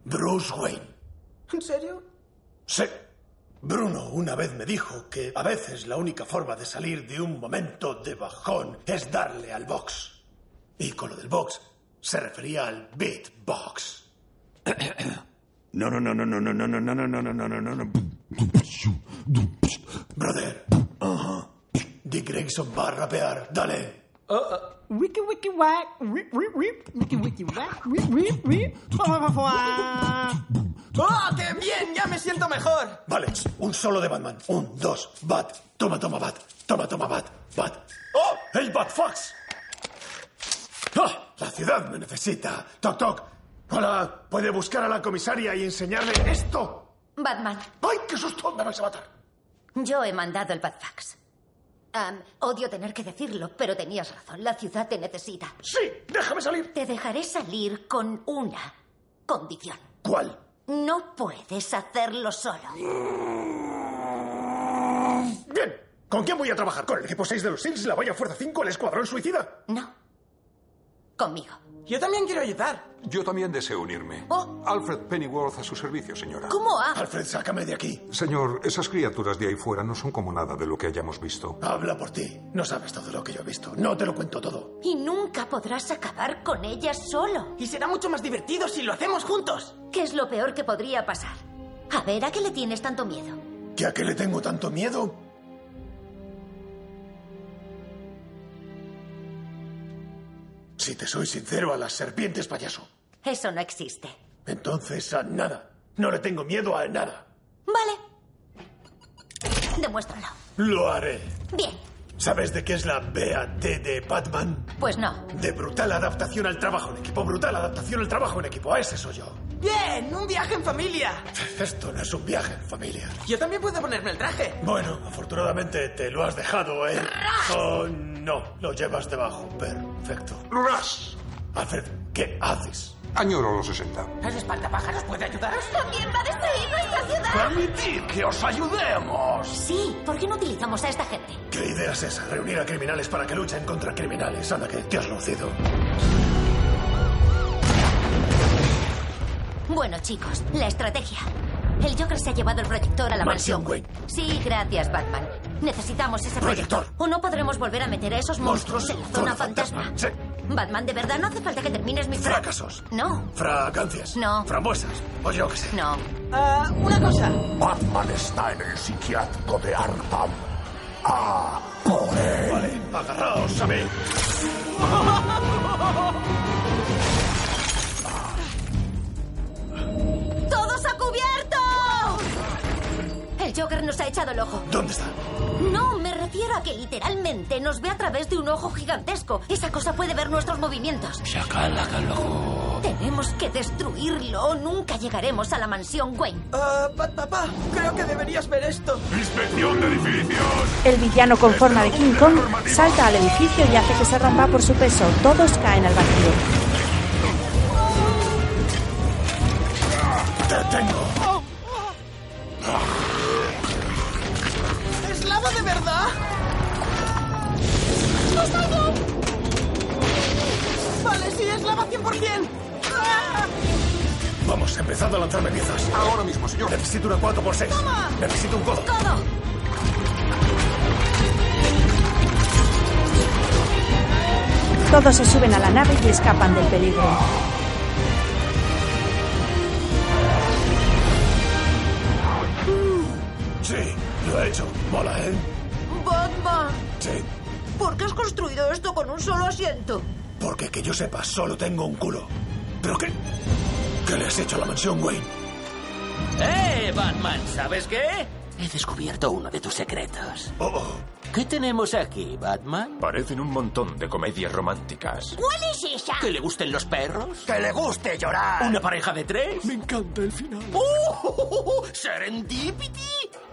S2: Bruce Wayne.
S16: ¿En serio?
S2: Sí. Bruno una vez me dijo que a veces la única forma de salir de un momento de bajón es darle al box. Y con lo del box se refería al beatbox.
S32: No, no, no, no, no, no, no, no, no, no, no, no, no, no, no, no.
S2: Brother. Dick Grayson va a rapear. Dale.
S5: Wiki wiki wack, rip rip rip, wiki wiki wack, rip rip rip, Fua, fua, fua.
S2: [clears throat]
S16: ¡Oh, qué bien! ¡Ya me siento mejor!
S2: Vale, un solo de Batman. Un, dos, bat. Toma, toma, bat. Toma, toma, bat. Bat. ¡Oh! ¡El Batfax! ¡Ah! La ciudad me necesita. Toc, toc. Hola, ¿puede buscar a la comisaria y enseñarle esto?
S19: Batman,
S2: ¡Ay, qué susto! Me vais a matar.
S19: yo he mandado el Batfax. Am, odio tener que decirlo, pero tenías razón. La ciudad te necesita.
S2: ¡Sí! ¡Déjame salir!
S19: Te dejaré salir con una condición.
S2: ¿Cuál?
S19: No puedes hacerlo solo.
S2: Bien. ¿Con quién voy a trabajar? ¿Con el equipo 6 de los SEALs, la Valla Fuerza 5, el Escuadrón Suicida?
S19: No. Conmigo.
S16: Yo también quiero ayudar.
S13: Yo también deseo unirme.
S28: Oh,
S13: Alfred Pennyworth a su servicio, señora.
S19: ¿Cómo Ah. ha...?
S2: Alfred, sácame de aquí.
S13: Señor, esas criaturas de ahí fuera no son como nada de lo que hayamos visto.
S2: Habla por ti. No sabes todo lo que yo he visto. No te lo cuento todo.
S19: Y nunca podrás acabar con ella solo.
S16: Y será mucho más divertido si lo hacemos juntos.
S19: ¿Qué es lo peor que podría pasar? A ver, ¿a qué le tienes tanto miedo?
S2: ¿Que a qué le tengo tanto miedo? Si te soy sincero, a las serpientes, payaso.
S19: Eso no existe.
S2: Entonces, a nada. No le tengo miedo a nada.
S19: Vale. Demuéstralo.
S2: Lo haré.
S19: Bien,
S2: ¿Sabes de qué es la BAT de Batman?
S19: pues no.
S2: De brutal adaptación al trabajo en equipo. Brutal adaptación al trabajo en equipo. A ese soy yo.
S16: ¡Bien! ¡Un viaje en familia!
S2: Esto no es un viaje en familia.
S16: Yo también puedo ponerme el traje.
S2: Bueno, afortunadamente te lo has dejado, ¿eh? Oh, no. Lo llevas debajo. Perfecto.
S13: ¡Ras!
S2: Alfred, ¿qué haces?
S13: Añoro los 60.
S7: ¿El espantapájaros puede ayudaros?
S33: ¡También va a destruir nuestra ciudad!
S2: ¡Permitid que os ayudemos!
S19: Sí, ¿por qué no utilizamos a esta gente?
S2: ¿Qué idea es esa? Reunir a criminales para que luchen contra criminales. Anda, que te has lucido.
S19: Bueno, chicos, la estrategia. El Joker se ha llevado el proyector a la
S2: Mansión
S19: mansión. Sí, gracias, Batman. Necesitamos ese proyector. O no podremos volver a meter a esos monstruos en la zona fantasma.
S2: Sí.
S19: Batman, de verdad, no hace falta que termines mis...
S2: Fracasos.
S19: No,
S2: Fragancias.
S19: No.
S2: Frambuesas. O yo qué sé.
S19: no.
S16: Ah, una cosa.
S32: Batman está en el psiquiátrico de Arkham. ¡Ah, por él!
S2: Vale, agarraos a mí.
S19: ¡Todos a cubierto! El Joker nos ha echado el ojo.
S2: ¿Dónde está?
S19: No, me refiero a que literalmente nos ve a través de un ojo gigantesco. Esa cosa puede ver nuestros movimientos. Tenemos que destruirlo o nunca llegaremos a la mansión Wayne.
S16: Ah, Bat papá, creo que deberías ver esto.
S32: ¡Inspección de edificios!
S1: el villano con forma de King Kong salta al edificio y hace que se rompa por su peso. Todos caen al vacío.
S2: ¡Te tengo!
S16: ¿Es lava de verdad? ¡Os Vale, sí, es lava 100%. ¡Ah!
S2: Vamos, empezad a lanzarme piezas.
S13: Ahora mismo, señor.
S2: Necesito una 4x6. Necesito un codo.
S19: ¡Codo!
S1: Todos se suben a la nave y escapan del peligro.
S2: Sí, lo he hecho. Mola, ¿eh?
S17: Batman,
S2: Sí.
S17: ¿por qué has construido esto con un solo asiento?
S2: Porque que yo sepa, solo tengo un culo. ¿Pero qué? ¿Qué le has hecho a la mansión, Wayne?
S7: ¡Eh, Batman! ¿Sabes qué? He descubierto uno de tus secretos. ¿Qué tenemos aquí, Batman?
S4: Parecen un montón de comedias románticas.
S7: ¿Cuál es esa? ¿Que le gusten los perros?
S4: ¡Que le guste llorar!
S7: ¿Una pareja de tres?
S34: Me encanta el final.
S7: ¡Oh! ¡Serendipity!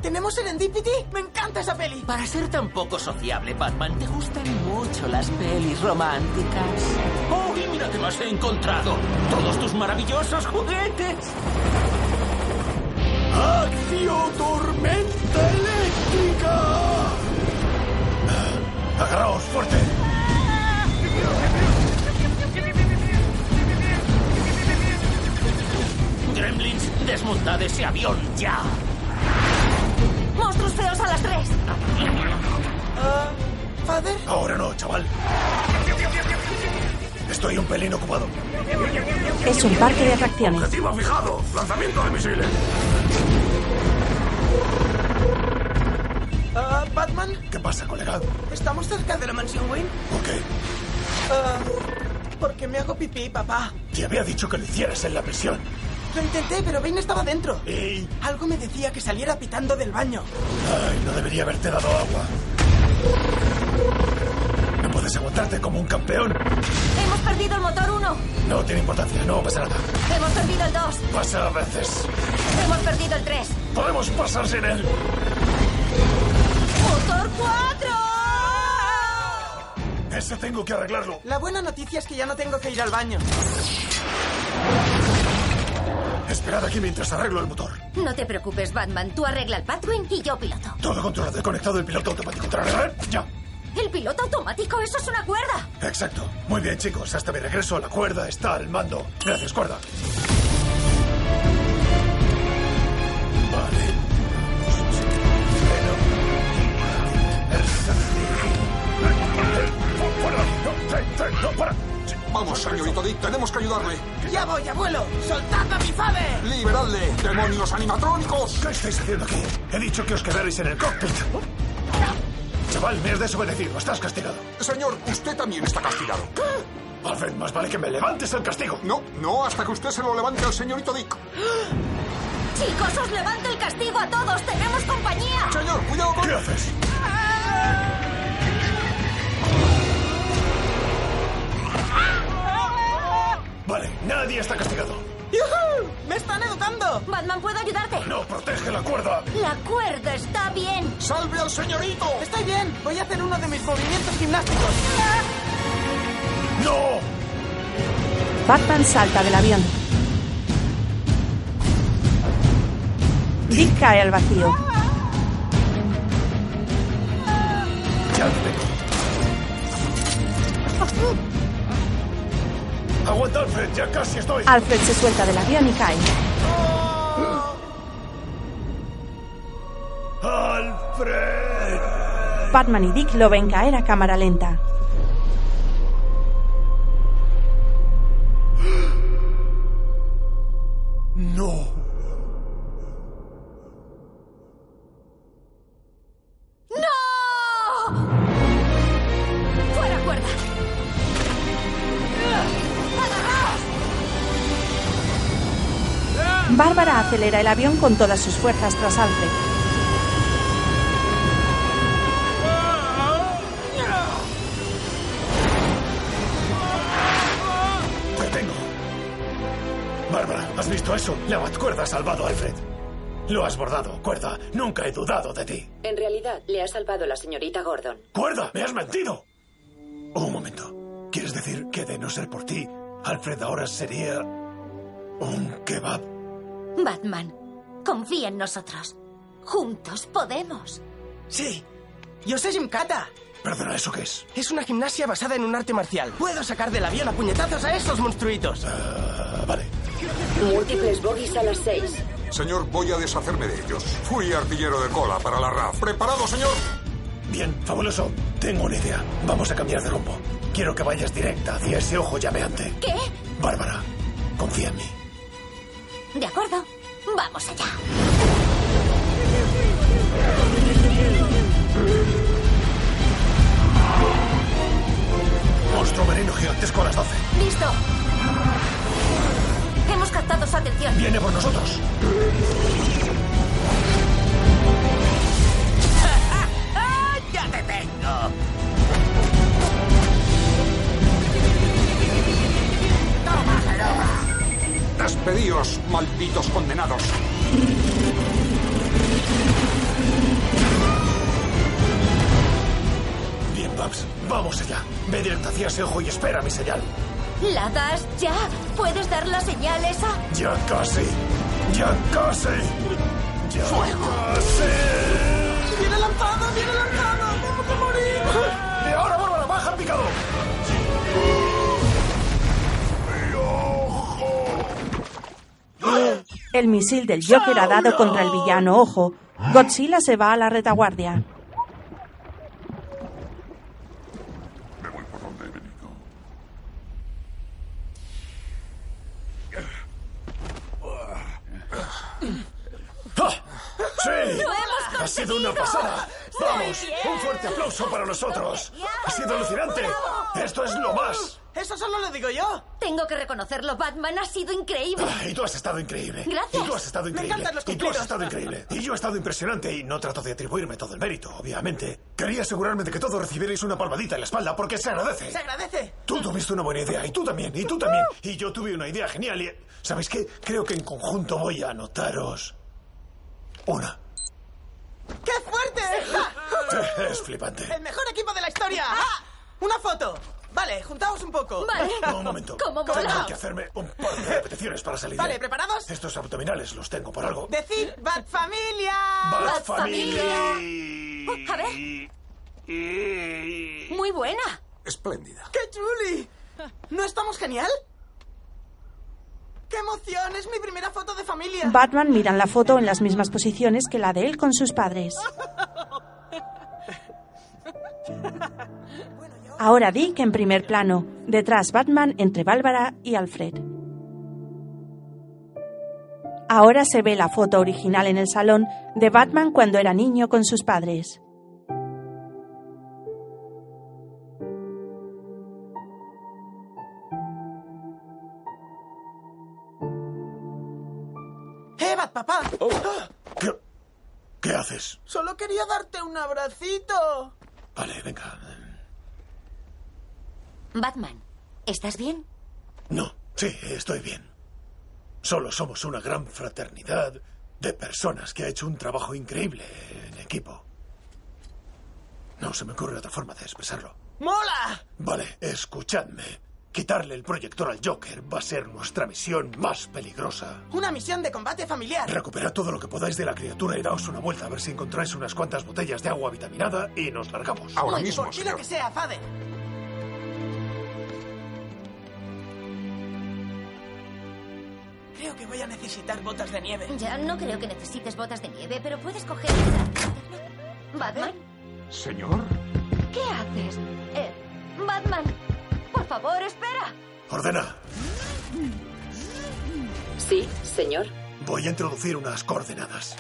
S16: ¿Tenemos Serendipity? Me encanta esa peli.
S7: Para ser tan poco sociable, Batman, te gustan mucho las pelis románticas. ¡Oh, y mira que más he encontrado! ¡Todos tus maravillosos juguetes!
S35: ¡Acción tormenta eléctrica!
S2: Agarraos fuerte.
S7: Gremlins, desmontad ese avión ya.
S5: ¡Monstruos feos a las tres!
S16: Ah, ¿Father?
S2: Ahora no, chaval. Estoy un pelín ocupado.
S1: Es un parque de atracciones.
S36: Objetivo fijado. Lanzamiento de misiles.
S16: Ah, ¿Batman?
S2: ¿Qué pasa, colega?
S16: ¿Estamos cerca de la mansión Wayne?
S2: ¿Por qué?
S16: Ah, porque me hago pipí, papá.
S2: Te había dicho que lo hicieras en la prisión.
S16: Lo intenté, pero Bane estaba dentro.
S2: Y...
S16: Algo me decía que saliera pitando del baño.
S2: Ay, no debería haberte dado agua. No puedes aguantarte como un campeón.
S17: Hemos perdido el motor 1,
S2: No tiene importancia, no pasa nada.
S17: hemos perdido el 2,
S2: Pasa a veces.
S17: hemos perdido el 3,
S2: Podemos pasar sin él.
S17: motor 4.
S2: Ese tengo que arreglarlo.
S16: La buena noticia es que ya no tengo que ir al baño.
S2: Esperad aquí mientras arreglo el motor.
S19: No te preocupes, Batman. Tú arregla el Batwing y yo piloto.
S2: Todo controlado. He conectado el piloto automático. Tra- Ya.
S19: ¿El piloto automático? ¡Eso es una cuerda!
S2: Exacto. Muy bien, chicos. Hasta mi regreso, la cuerda está al mando. Gracias, cuerda. Vale.
S13: Vamos, señorito Dick, tenemos que ayudarle.
S16: ¡Ya voy, abuelo! ¡Soltad a mi father!
S13: ¡Liberadle! ¡Demonios animatrónicos!
S2: ¿Qué estáis haciendo aquí? He dicho que os quedarais en el cockpit. Chaval, me has desobedecido. Estás castigado.
S13: Señor, usted también está castigado.
S2: Alfred, más vale que me levantes el castigo.
S13: No, no, hasta que usted se lo levante al señorito Dick.
S17: Chicos, os levanto el castigo a todos, tenemos compañía.
S13: Señor, cuidado con...
S2: ¿Qué haces? Vale, nadie está castigado.
S16: ¡Yujú! ¡Me están educando!
S17: Batman, ¿puedo ayudarte?
S2: No, protege la cuerda.
S17: La cuerda está bien.
S13: ¡Salve al señorito!
S16: Estoy bien, voy a hacer uno de mis movimientos gimnásticos.
S2: ¡No!
S1: Batman salta del avión. Dick cae al vacío.
S2: Ya lo tengo. Aguanta, Alfred, ya casi estoy.
S1: Alfred se suelta del avión y cae.
S2: ¡Alfred!
S1: Batman y Dick lo ven caer a cámara lenta.
S2: ¡No!
S5: ¡No! ¡Fuera cuerda!
S1: Bárbara acelera el avión con todas sus fuerzas tras Alfred.
S2: Te tengo. Bárbara, ¿has visto eso? La batcuerda ha salvado a Alfred. Lo has bordado, cuerda. Nunca he dudado de ti.
S12: En realidad, le ha salvado la señorita Gordon.
S2: ¡Cuerda! ¡Me has mentido! Un momento. ¿Quieres decir que de no ser por ti, Alfred ahora sería. un kebab?
S19: Batman, confía en nosotros. Juntos podemos.
S16: Sí, yo sé Jimkata.
S2: Perdona, ¿eso qué es?
S16: Es una gimnasia basada en un arte marcial. Puedo sacar del avión a puñetazos a estos monstruitos.
S2: Ah, vale.
S12: Múltiples bogies a las seis.
S13: Señor, voy a deshacerme de ellos. Fui artillero de cola para la RAF. ¿Preparado, señor?
S2: Bien, fabuloso. Tengo una idea. Vamos a cambiar de rumbo. Quiero que vayas directa hacia ese ojo llameante.
S6: ¿Qué?
S2: Bárbara, confía en mí.
S6: De acuerdo. Vamos allá.
S2: Monstruo veneno gigantesco a las 12.
S17: ¡Listo! Hemos captado su atención.
S2: Viene por nosotros.
S10: ¡Ah, ya te tengo!
S8: Despedíos, malditos condenados.
S2: Bien, Babs, vamos allá. Ve directa hacia ese ojo y espera mi señal.
S17: ¿La das ya? ¿Puedes dar la señal esa?
S2: Ya casi. Ya casi. Ya casi.
S5: ¡Viene lanzado! ¡Viene lanzado! ¡Vamos a morir!
S2: Y ahora Bárbara, baja el picado.
S1: El misil del Joker ha dado contra el villano Ojo. Godzilla se va a la retaguardia.
S2: ¡Ah! ¡Sí! ¡Ha sido una pasada! ¡Vamos! ¡Un fuerte aplauso para nosotros! ¡Ha sido alucinante! ¡Esto es lo más!
S17: Eso solo lo digo yo. Tengo que reconocerlo, Batman ha sido increíble.
S2: Ah, Y tú has estado increíble.
S17: Gracias.
S2: Y tú has estado
S17: Me
S2: increíble.
S17: encantan los
S2: y tú has
S17: cumplidos.
S2: estado increíble. Y yo he estado impresionante y no trato de atribuirme todo el mérito, obviamente. Quería asegurarme de que todos recibierais una palmadita en la espalda porque se agradece.
S16: ¡Se agradece!
S2: Tú tuviste una buena idea y tú también, y tú también. Y yo tuve una idea genial y... ¿Sabéis qué? Creo que en conjunto voy a
S17: [laughs]
S2: anotaros... Una.
S16: ¡Qué fuerte!
S2: Es flipante.
S16: ¡El mejor equipo de la historia! ¡Ah! ¡Una foto! Vale, juntaos un poco. [laughs]
S2: Vale. No, un momento.
S16: ¿Cómo
S2: Tengo que hacerme un par de repeticiones para salir.
S16: Vale, ¿preparados?
S2: Estos abdominales los tengo por algo.
S16: Decid Bad Familia.
S2: Bad Bad Family.
S17: A ver, muy buena.
S8: Espléndida.
S16: ¡Qué chuli! ¿No estamos genial? ¡Qué emoción! Es mi primera foto de familia.
S1: Batman mira en la foto en las mismas posiciones que la de él con sus padres. Ahora Dick en primer plano, detrás Batman entre Bárbara y Alfred. Ahora se ve la foto original en el salón de Batman cuando era niño con sus padres.
S16: ¡Eh, Bad Papá! ¡Ah!
S2: ¿Qué haces?
S16: Solo quería darte un abracito.
S2: Vale, venga.
S19: Batman, ¿estás bien?
S2: No, sí, estoy bien. Solo somos una gran fraternidad de personas que ha hecho un trabajo increíble en equipo. No se me ocurre otra forma de expresarlo.
S16: ¡Mola!
S2: Vale, escuchadme. Quitarle el proyector al Joker va a ser nuestra misión más peligrosa.
S16: Una misión de combate familiar.
S2: Recuperad todo lo que podáis de la criatura y daos una vuelta a ver si encontráis unas cuantas botellas de agua vitaminada y nos largamos.
S16: Muy bien. Y lo que sea, Fade. Creo que voy a necesitar botas de nieve.
S19: Ya no creo que necesites botas de nieve, pero puedes coger esa. Batman,
S8: Señor.
S19: ¿qué haces? Eh, Batman, por favor, espera.
S2: Ordena,
S19: Sí, señor.
S2: voy a introducir unas coordenadas.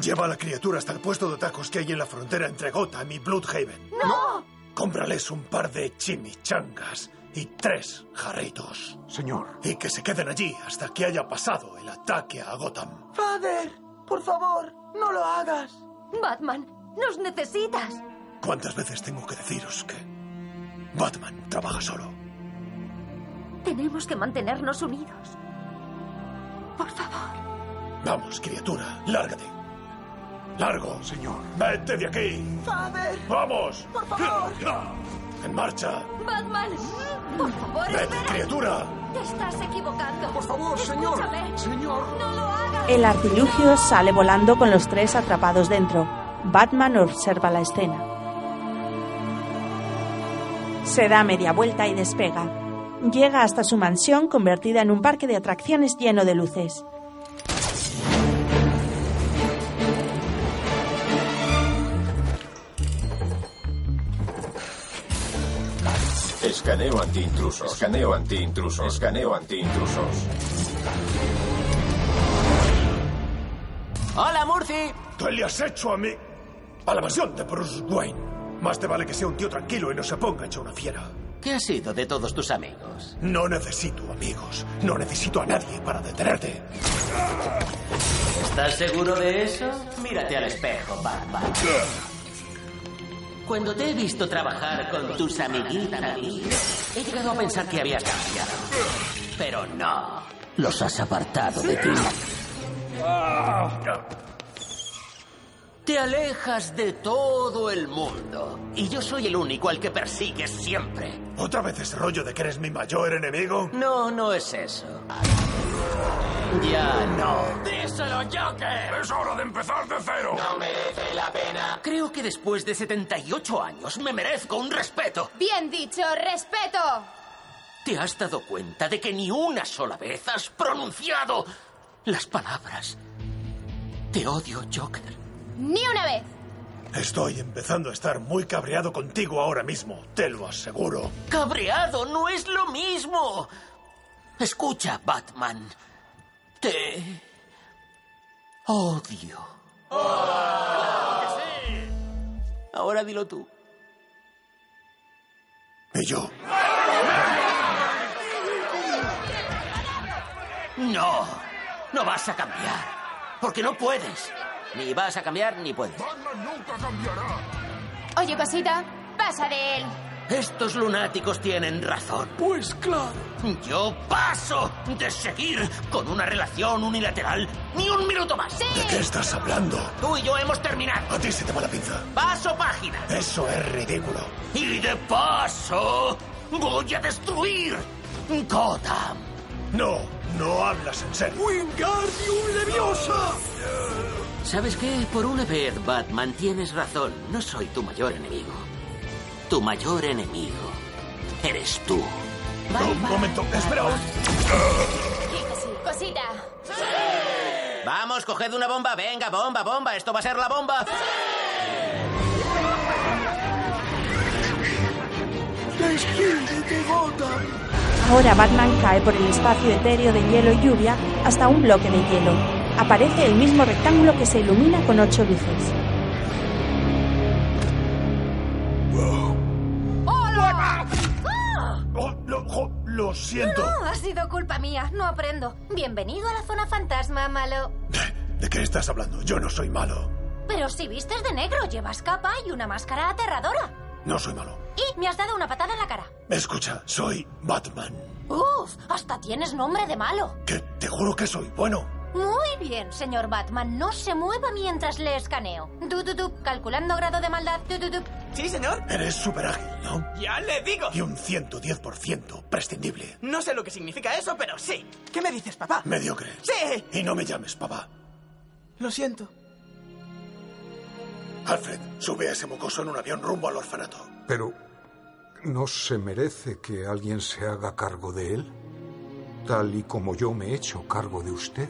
S2: Lleva a la criatura hasta el puesto de tacos que hay en la frontera entre Gotham y Bloodhaven.
S17: ¡No!
S2: Cómprales un par de chimichangas y tres jarritos.
S8: Señor.
S2: Y que se queden allí hasta que haya pasado el ataque a Gotham.
S16: Father, por favor, no lo hagas.
S19: Batman, nos necesitas.
S2: ¿Cuántas veces tengo que deciros que Batman trabaja solo?
S19: Tenemos que mantenernos unidos. Por favor.
S2: Vamos, criatura, lárgate. Largo, señor. Vete de aquí.
S16: Father.
S2: Vamos.
S16: Por favor.
S2: En marcha.
S19: Batman, por favor,
S2: Vete,
S19: espera.
S2: criatura.
S19: Te estás equivocando. Por
S8: favor,
S19: señor.
S8: Señor.
S19: No lo hagas.
S1: El artilugio sale volando con los tres atrapados dentro. Batman observa la escena. Se da media vuelta y despega. Llega hasta su mansión convertida en un parque de atracciones lleno de luces.
S5: Escaneo antiintrusos. Escaneo antiintrusos. Escaneo antiintrusos.
S7: ¡Hola, Murphy!
S2: ¿Qué le has hecho a mí? A la mansión de Bruce Wayne. Más te vale que sea un tío tranquilo y no se ponga hecho una fiera.
S7: ¿Qué ha sido de todos tus amigos?
S2: No necesito amigos. No necesito a nadie para detenerte.
S7: ¿Estás seguro de eso? Mírate al espejo, Batman. Cuando te he visto trabajar con tus amiguitas, he llegado a pensar que habías cambiado. Pero no. Los has apartado de ti. Te alejas de todo el mundo. Y yo soy el único al que persigues siempre.
S2: ¿Otra vez ese rollo de que eres mi mayor enemigo?
S7: No, no es eso. Ya no. ¡Díselo, Joker!
S2: ¡Es hora de empezar de cero!
S7: No merece la pena. Creo que después de 78 años me merezco un respeto.
S37: Bien dicho, respeto.
S7: ¿Te has dado cuenta de que ni una sola vez has pronunciado las palabras? Te odio, Joker.
S37: Ni una vez.
S2: Estoy empezando a estar muy cabreado contigo ahora mismo, te lo aseguro.
S7: Cabreado no es lo mismo. Escucha, Batman. Te odio. Ahora dilo tú.
S2: ¿Y yo?
S7: No, no vas a cambiar. Porque no puedes. Ni vas a cambiar ni puedes.
S37: Oye, cosita, pasa de él.
S7: Estos lunáticos tienen razón.
S38: Pues claro.
S7: Yo paso de seguir con una relación unilateral ni un minuto más.
S2: ¿De qué estás hablando?
S7: Tú y yo hemos terminado.
S2: A ti se te va la pinza.
S7: Paso página.
S2: Eso es ridículo.
S7: Y de paso, voy a destruir Gotham.
S2: No, no hablas en serio.
S38: ¡Wingardium Leviosa!
S7: ¿Sabes qué? Por una vez, Batman, tienes razón. No soy tu mayor enemigo. Tu mayor enemigo eres tú.
S2: No, un momento, espera.
S37: pues Sí, Cosita.
S7: Vamos, coged una bomba. Venga, bomba, bomba. Esto va a ser la bomba.
S38: ¡Despídete, Gotham!
S1: Ahora Batman cae por el espacio etéreo de hielo y lluvia hasta un bloque de hielo. Aparece el mismo rectángulo que se ilumina con ocho luces.
S39: ¡Hola!
S2: Oh, lo, jo, lo siento.
S17: Ah. No, ha sido culpa mía. No aprendo. Bienvenido a la zona fantasma, malo.
S2: ¿De qué estás hablando? Yo no soy malo.
S17: Pero si vistes de negro, llevas capa y una máscara aterradora.
S2: No soy malo.
S17: Y me has dado una patada en la cara.
S2: Escucha, soy Batman.
S17: Uf, hasta tienes nombre de malo.
S2: Que te juro que soy bueno.
S17: Muy bien, señor Batman. No se mueva mientras le escaneo. Du, du, du, calculando grado de maldad. Du, du, du.
S16: Sí, señor.
S2: Eres súper ágil, ¿no?
S16: Ya le digo.
S2: Y un 110% prescindible.
S16: No sé lo que significa eso, pero sí. ¿Qué me dices, papá?
S2: Mediocre.
S16: Sí.
S2: Y no me llames papá.
S16: Lo siento.
S2: Alfred, sube a ese mocoso en un avión rumbo al orfanato.
S13: Pero ¿no se merece que alguien se haga cargo de él? Tal y como yo me he hecho cargo de usted.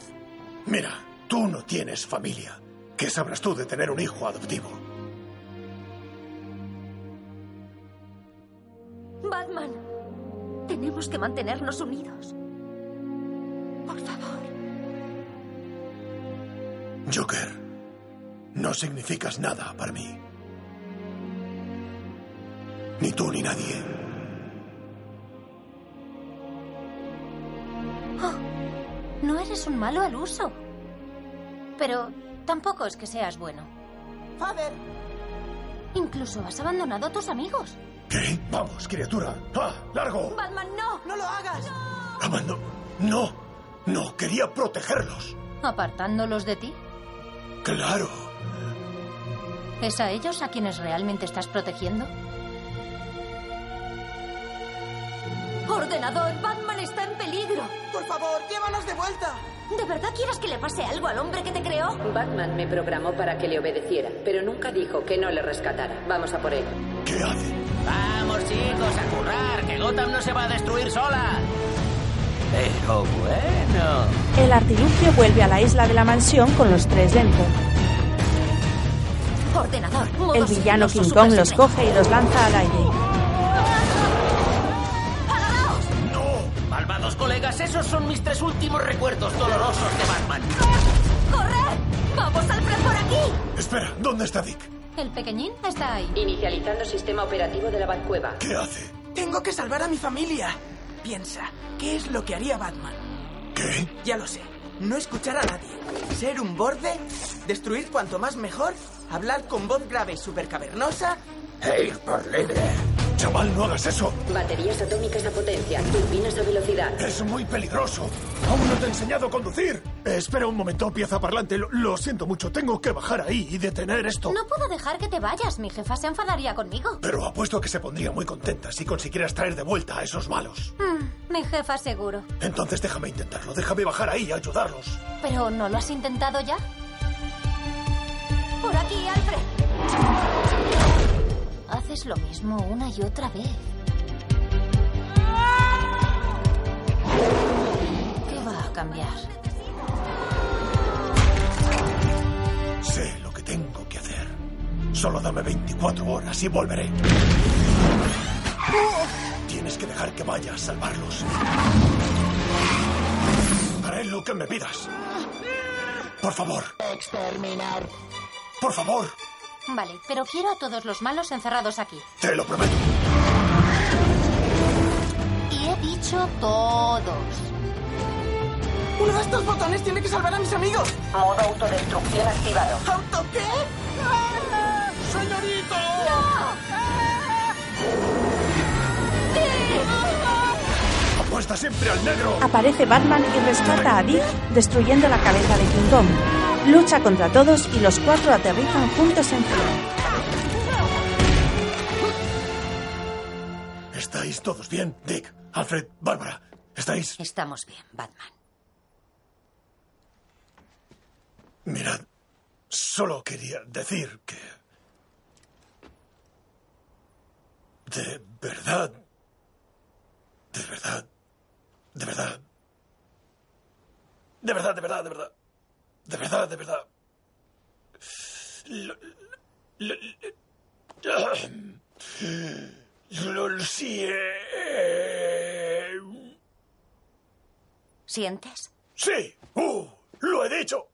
S2: Mira, tú no tienes familia. ¿Qué sabrás tú de tener un hijo adoptivo?
S17: Batman, tenemos que mantenernos unidos. Por favor.
S2: Joker, no significas nada para mí. Ni tú ni nadie.
S17: Oh, No eres un malo al uso. Pero tampoco es que seas bueno.
S16: Father.
S17: Incluso has abandonado a tus amigos.
S2: ¿Qué? Vamos, criatura. ¡Ah! ¡Largo!
S17: Batman, no.
S16: No lo hagas.
S2: Amando. No. No, quería protegerlos.
S17: ¿Apartándolos de ti?
S2: Claro.
S17: ¿Es a ellos a quienes realmente estás protegiendo? Ordenador, Batman está en peligro.
S16: Por favor, llévanos de vuelta.
S17: ¿De verdad quieres que le pase algo al hombre que te creó?
S12: Batman me programó para que le obedeciera, pero nunca dijo que no le rescatara. Vamos a por él.
S2: ¿Qué hace?
S7: Vamos, chicos, a currar, que Gotham no se va a destruir sola. Pero bueno.
S1: El artilugio vuelve a la isla de la mansión con los tres dentro.
S17: Ordenador. modo
S1: El villano
S17: sigiloso
S1: King Kong
S17: super
S1: los
S17: secreto.
S1: coge y los lanza al aire.
S7: Pues esos son mis tres últimos recuerdos dolorosos de Batman.
S6: ¡Corred! ¡Vamos, Alfred, por aquí!
S2: Espera, ¿dónde está Dick?
S17: El pequeñín está ahí.
S12: Inicializando sistema operativo de la Batcueva.
S2: ¿Qué hace?
S16: Tengo que salvar a mi familia. Piensa, ¿qué es lo que haría Batman?
S2: ¿Qué?
S16: Ya lo sé. No escuchar a nadie. Ser un borde. Destruir cuanto más mejor. Hablar con voz grave y supercavernosa.
S2: E ir por libre. Chaval, no hagas eso.
S12: Baterías atómicas a potencia, turbinas a velocidad.
S2: Es muy peligroso. Aún no te he enseñado a conducir.
S40: Espera un momento, pieza parlante. Lo, lo siento mucho. Tengo que bajar ahí y detener esto.
S17: No puedo dejar que te vayas. Mi jefa se enfadaría conmigo.
S2: Pero apuesto a que se pondría muy contenta si consiguieras traer de vuelta a esos malos.
S17: Mm, mi jefa seguro.
S2: Entonces déjame intentarlo. Déjame bajar ahí y ayudarlos.
S17: Pero ¿no lo has intentado ya? Por aquí, Alfred. Haces lo mismo una y otra vez. ¿Qué va a cambiar?
S2: Sé lo que tengo que hacer. Solo dame 24 horas y volveré. Tienes que dejar que vaya a salvarlos. Haré lo que me pidas. Por favor.
S17: Exterminar.
S2: Por favor.
S17: Vale, pero quiero a todos los malos encerrados aquí.
S2: Te lo prometo.
S17: Y he dicho todos.
S16: Uno de estos botones tiene que salvar a mis amigos.
S12: Modo autodestrucción activado.
S16: ¿Auto qué? ¡Ah! ¡Señorito! ¡Ah!
S2: Apuesta siempre al negro.
S1: Aparece Batman y rescata a Dick destruyendo la cabeza de King Kong. Lucha contra todos y los cuatro aterrizan juntos en tierra.
S2: ¿Estáis todos bien? Dick, Alfred, Bárbara. ¿Estáis?
S19: Estamos bien, Batman.
S2: Mirad, solo quería decir que... De verdad... De verdad... De verdad... De verdad, de verdad, de verdad. De verdad, de verdad. Lo- lo- lo- Lo, eh, lo sie-
S19: ¿Sientes?
S2: Sí, uh, lo he dicho.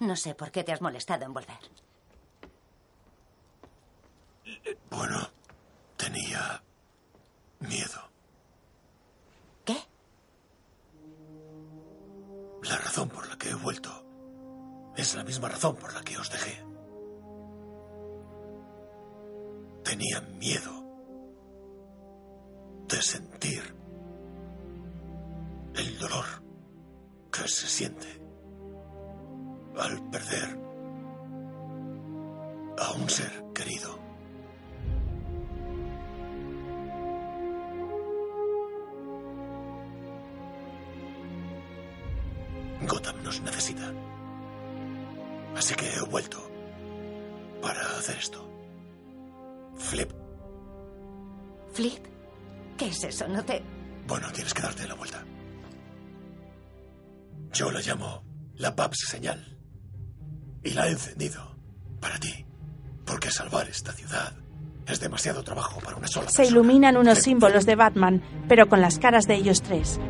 S19: No sé por qué te has molestado en volver.
S2: Bueno, tenía miedo.
S19: ¿Qué?
S2: La razón por la que he vuelto es la misma razón por la que os dejé. Tenía miedo de sentir el dolor que se siente al perder a un ser querido. Gotham nos necesita. Así que he vuelto para hacer esto. Flip,
S19: Flip, ¿qué es eso? No te...
S2: bueno, tienes que darte la vuelta. Yo la llamo la Paps señal. Y la he encendido para ti. Porque salvar esta ciudad es demasiado trabajo para una sola
S1: Se
S2: persona.
S1: iluminan unos símbolos de Batman, pero con las caras de ellos tres.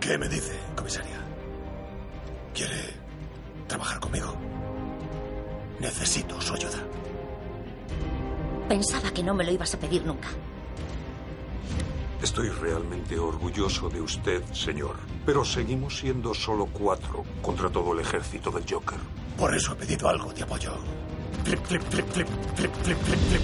S2: ¿Qué me dice, comisaria? ¿Quiere trabajar conmigo? Necesito su ayuda.
S19: Pensaba que no me lo ibas a pedir nunca.
S8: Estoy realmente orgulloso de usted, señor. Pero seguimos siendo solo cuatro contra todo el ejército del Joker.
S2: Por eso he pedido algo de apoyo. Flip, flip, flip, flip, flip, flip, flip, flip.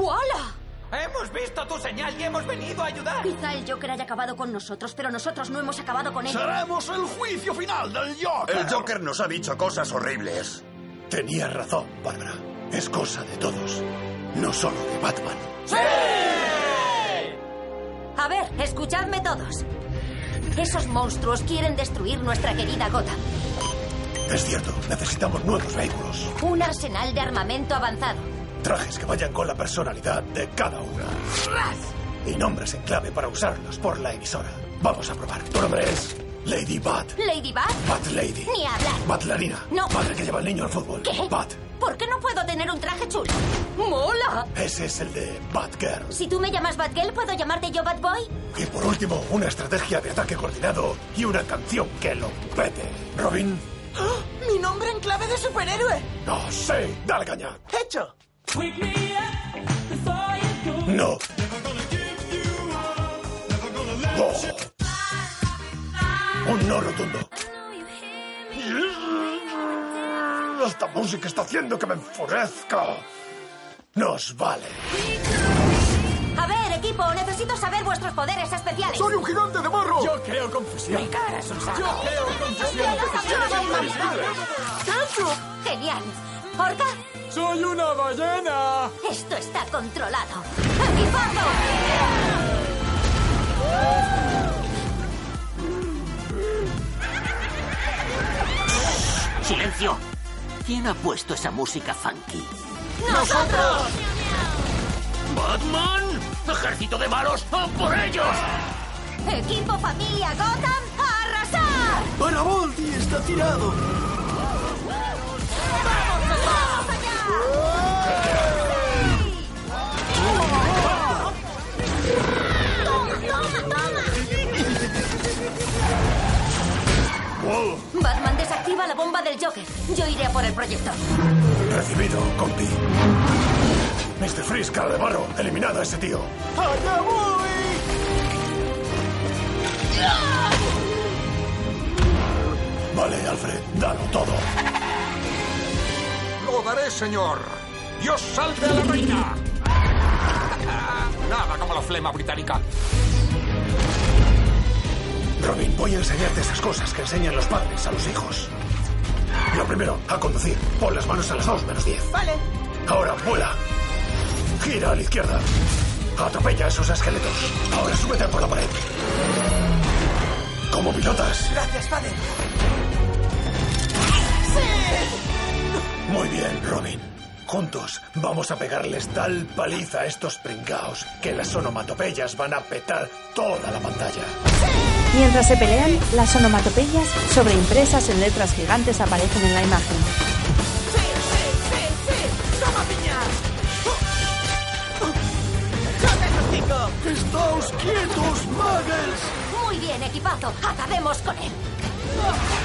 S19: ¡Wala!
S16: Hemos visto tu señal y hemos venido a ayudar.
S19: Quizá el Joker haya acabado con nosotros, pero nosotros no hemos acabado con él.
S5: ¡Seremos el juicio final del Joker!
S2: El Joker nos ha dicho cosas horribles. Tenía razón, Bárbara. Es cosa de todos. No solo de Batman.
S19: A ver, escuchadme todos. Esos monstruos quieren destruir nuestra querida Gotham.
S2: Es cierto, necesitamos nuevos vehículos.
S19: Un arsenal de armamento avanzado.
S2: Trajes que vayan con la personalidad de cada una. Y nombres en clave para usarlos por la emisora. Vamos a probar. Tu nombre es Lady Bat.
S19: Ladybug,
S2: Bat Lady.
S19: ni hablar.
S2: Bat Larina.
S19: No.
S2: Madre que lleva al niño al fútbol. Bat.
S17: ¿Por qué no puedo tener un traje chulo? ¡Mola!
S2: Ese es el de Batgirl.
S17: Si tú me llamas Batgirl, ¿puedo llamarte yo Batboy?
S2: Y por último, una estrategia de ataque coordinado y una canción que lo pete. Robin,
S16: ¡Mi nombre en clave de superhéroe!
S2: no sé, dale caña.
S16: ¡Hecho!
S2: No. Oh. Un no rotundo. Esta música está haciendo que me enfurezca. Nos vale.
S17: A ver, equipo, necesito saber vuestros poderes especiales.
S40: ¡Soy un gigante de barro!
S4: Yo creo confusión.
S17: Mi cara es un saco.
S4: Yo creo confusión.
S17: Genial. ¿Orca?
S4: ¡Soy una ballena!
S17: Esto está controlado. ¡Equipazo!
S7: ¡Silencio! ¿Quién ha puesto esa música funky?
S17: ¡Nosotros!
S7: ¡Batman! ¡Ejército de malos! ¡A por ellos!
S17: ¡Equipo familia Gotham! ¡A arrasar!
S11: ¡Parabolti está tirado!
S17: Batman desactiva la bomba del Joker. Yo iré a por el proyector.
S2: Recibido, compi. Mr. Freeze, cara de barro, eliminado a ese tío.
S5: ¡Allá voy!
S2: Vale, Alfred, dalo todo.
S8: Lo daré, señor. Dios salve a la reina. Nada como la flema británica.
S2: Robin, voy a enseñarte esas cosas que enseñan los padres a los hijos. Lo primero, a conducir. Pon las manos a las 2 menos 10.
S16: Vale.
S2: Ahora, vuela. Gira a la izquierda. Atropella a esos esqueletos. Ahora súbete por la pared. Como pilotas.
S16: Gracias, padre.
S2: Muy bien, Robin. Juntos vamos a pegarles tal paliza a estos pringaos que las onomatopeyas van a petar toda la pantalla.
S1: Mientras se pelean, las onomatopeyas sobreimpresas en letras gigantes aparecen en la imagen.
S5: ¡Sí, sí! ¡Toma, piña!
S11: ¡Estáos quietos, Muggles!
S17: Muy bien, equipazo. Acabemos con él.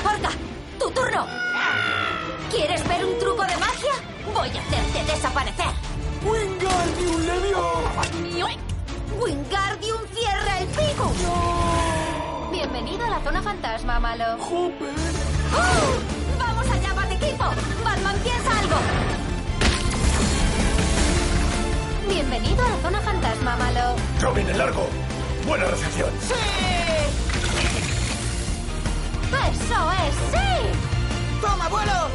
S17: Orca, tu turno. ¿Quieres ver un truco de magia? Voy a hacerte desaparecer.
S5: ¡Wingardium Leviosa!
S17: Wingardium cierra el pico. Bienvenido a la zona fantasma, malo. ¡Uh! ¡Vamos allá, Batequipo! ¡Batman piensa algo! Bienvenido a la zona fantasma, malo.
S2: Robin, el largo. Buena recepción.
S17: ¡Eso es! ¡Sí!
S16: ¡Toma, abuelo!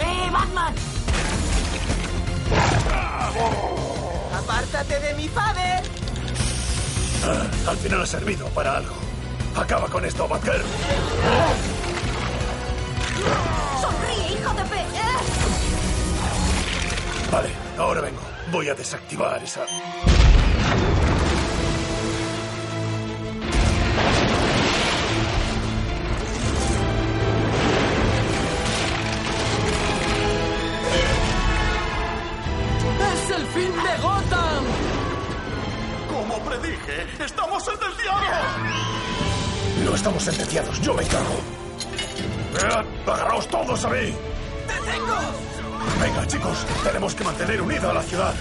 S17: ¡Eh, Batman!
S16: ¡Apártate de mi padre!
S2: Ah, al final ha servido para algo. Acaba con esto, Batgirl.
S17: ¡Sonríe, hijo de pe... ¡Eh!
S2: Vale, ahora vengo. Voy a desactivar esa.
S16: ¡Es el fin de Gotham!
S4: Como predije, estamos sentenciados.
S2: No estamos sentenciados, yo me encargo. Eh, ¡Agarraos todos a mí!
S16: ¡Te tengo!
S2: Venga, chicos, tenemos que mantener unida a la ciudad.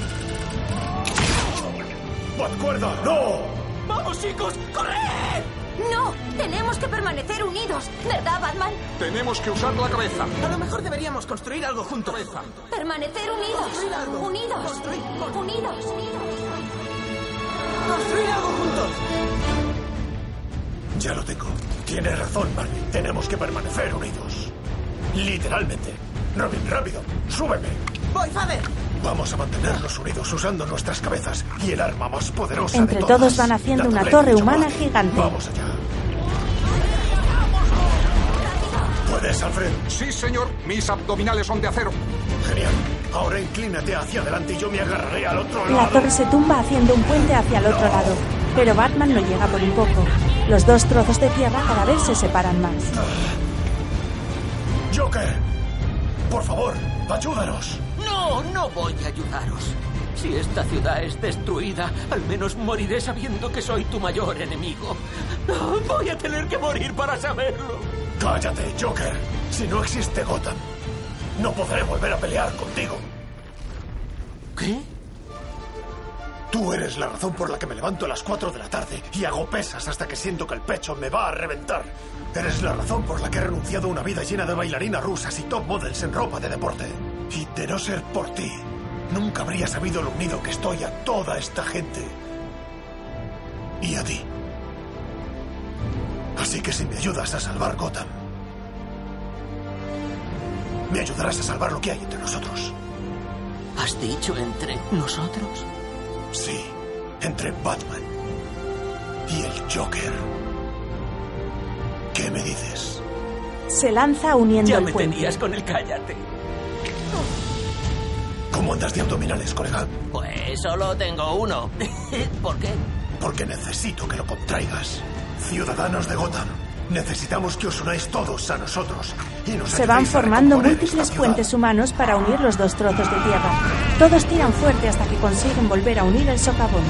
S2: ¡Batcuerda, no!
S16: ¡Vamos, chicos! ¡Corred!
S17: ¡No! Tenemos que permanecer unidos, ¿verdad, Batman?
S8: Tenemos que usar la cabeza.
S16: A lo mejor deberíamos construir algo juntos.
S17: Permanecer unidos. Unidos. Unidos.
S16: ¡Construir algo juntos!
S2: Ya lo tengo. Tienes razón, Marvin. Tenemos que permanecer unidos. Literalmente. Robin, rápido, súbeme.
S16: ¡Voy, Fader!
S2: Vamos a mantenernos unidos usando nuestras cabezas y el arma más poderosa
S1: Entre
S2: de
S1: todos
S2: todas.
S1: van haciendo
S2: la
S1: una
S2: tableta
S1: torre
S2: de
S1: humana
S2: chocolate.
S1: gigante.
S2: Vamos allá. ¿Puedes, Alfred?
S8: Sí, señor. Mis abdominales son de acero.
S2: Genial. Ahora inclínate hacia adelante y yo me agarraré al otro
S1: La
S2: lado.
S1: torre se tumba haciendo un puente hacia el otro lado, pero Batman no llega por un poco. Los dos trozos de tierra cada vez se separan más.
S2: Joker, Por favor, ayúdanos.
S7: No, no voy a ayudaros. Si esta ciudad es destruida, al menos moriré sabiendo que soy tu mayor enemigo. Ah, Voy a tener que morir para saberlo.
S2: Cállate, Joker. Si no existe Gotham, no podré volver a pelear contigo.
S7: ¿Qué?
S2: Tú eres la razón por la que me levanto a las 4 de la tarde y hago pesas hasta que siento que el pecho me va a reventar. Eres la razón por la que he renunciado a una vida llena de bailarinas rusas y top models en ropa de deporte. Y de no ser por ti, nunca habría sabido lo unido que estoy a toda esta gente. Y a ti. Así que si me ayudas a salvar Gotham, me ayudarás a salvar lo que hay entre nosotros.
S7: ¿Has dicho entre nosotros?
S2: Sí, entre Batman y el Joker. ¿Qué me dices?
S1: Se lanza uniendo
S7: Ya
S1: el
S7: me
S1: puente.
S7: tenías con el cállate.
S2: ¿Cómo andas de abdominales, colega?
S7: Pues solo tengo uno. [laughs] ¿Por qué?
S2: Porque necesito que lo contraigas. Ciudadanos de Gotham, necesitamos que os unáis todos a nosotros y nos
S1: Se van
S2: ayudéis a
S1: formando
S2: recomponer
S1: múltiples
S2: esta
S1: puentes humanos para unir los dos trozos de tierra. Todos tiran fuerte hasta que consiguen volver a unir el socavón.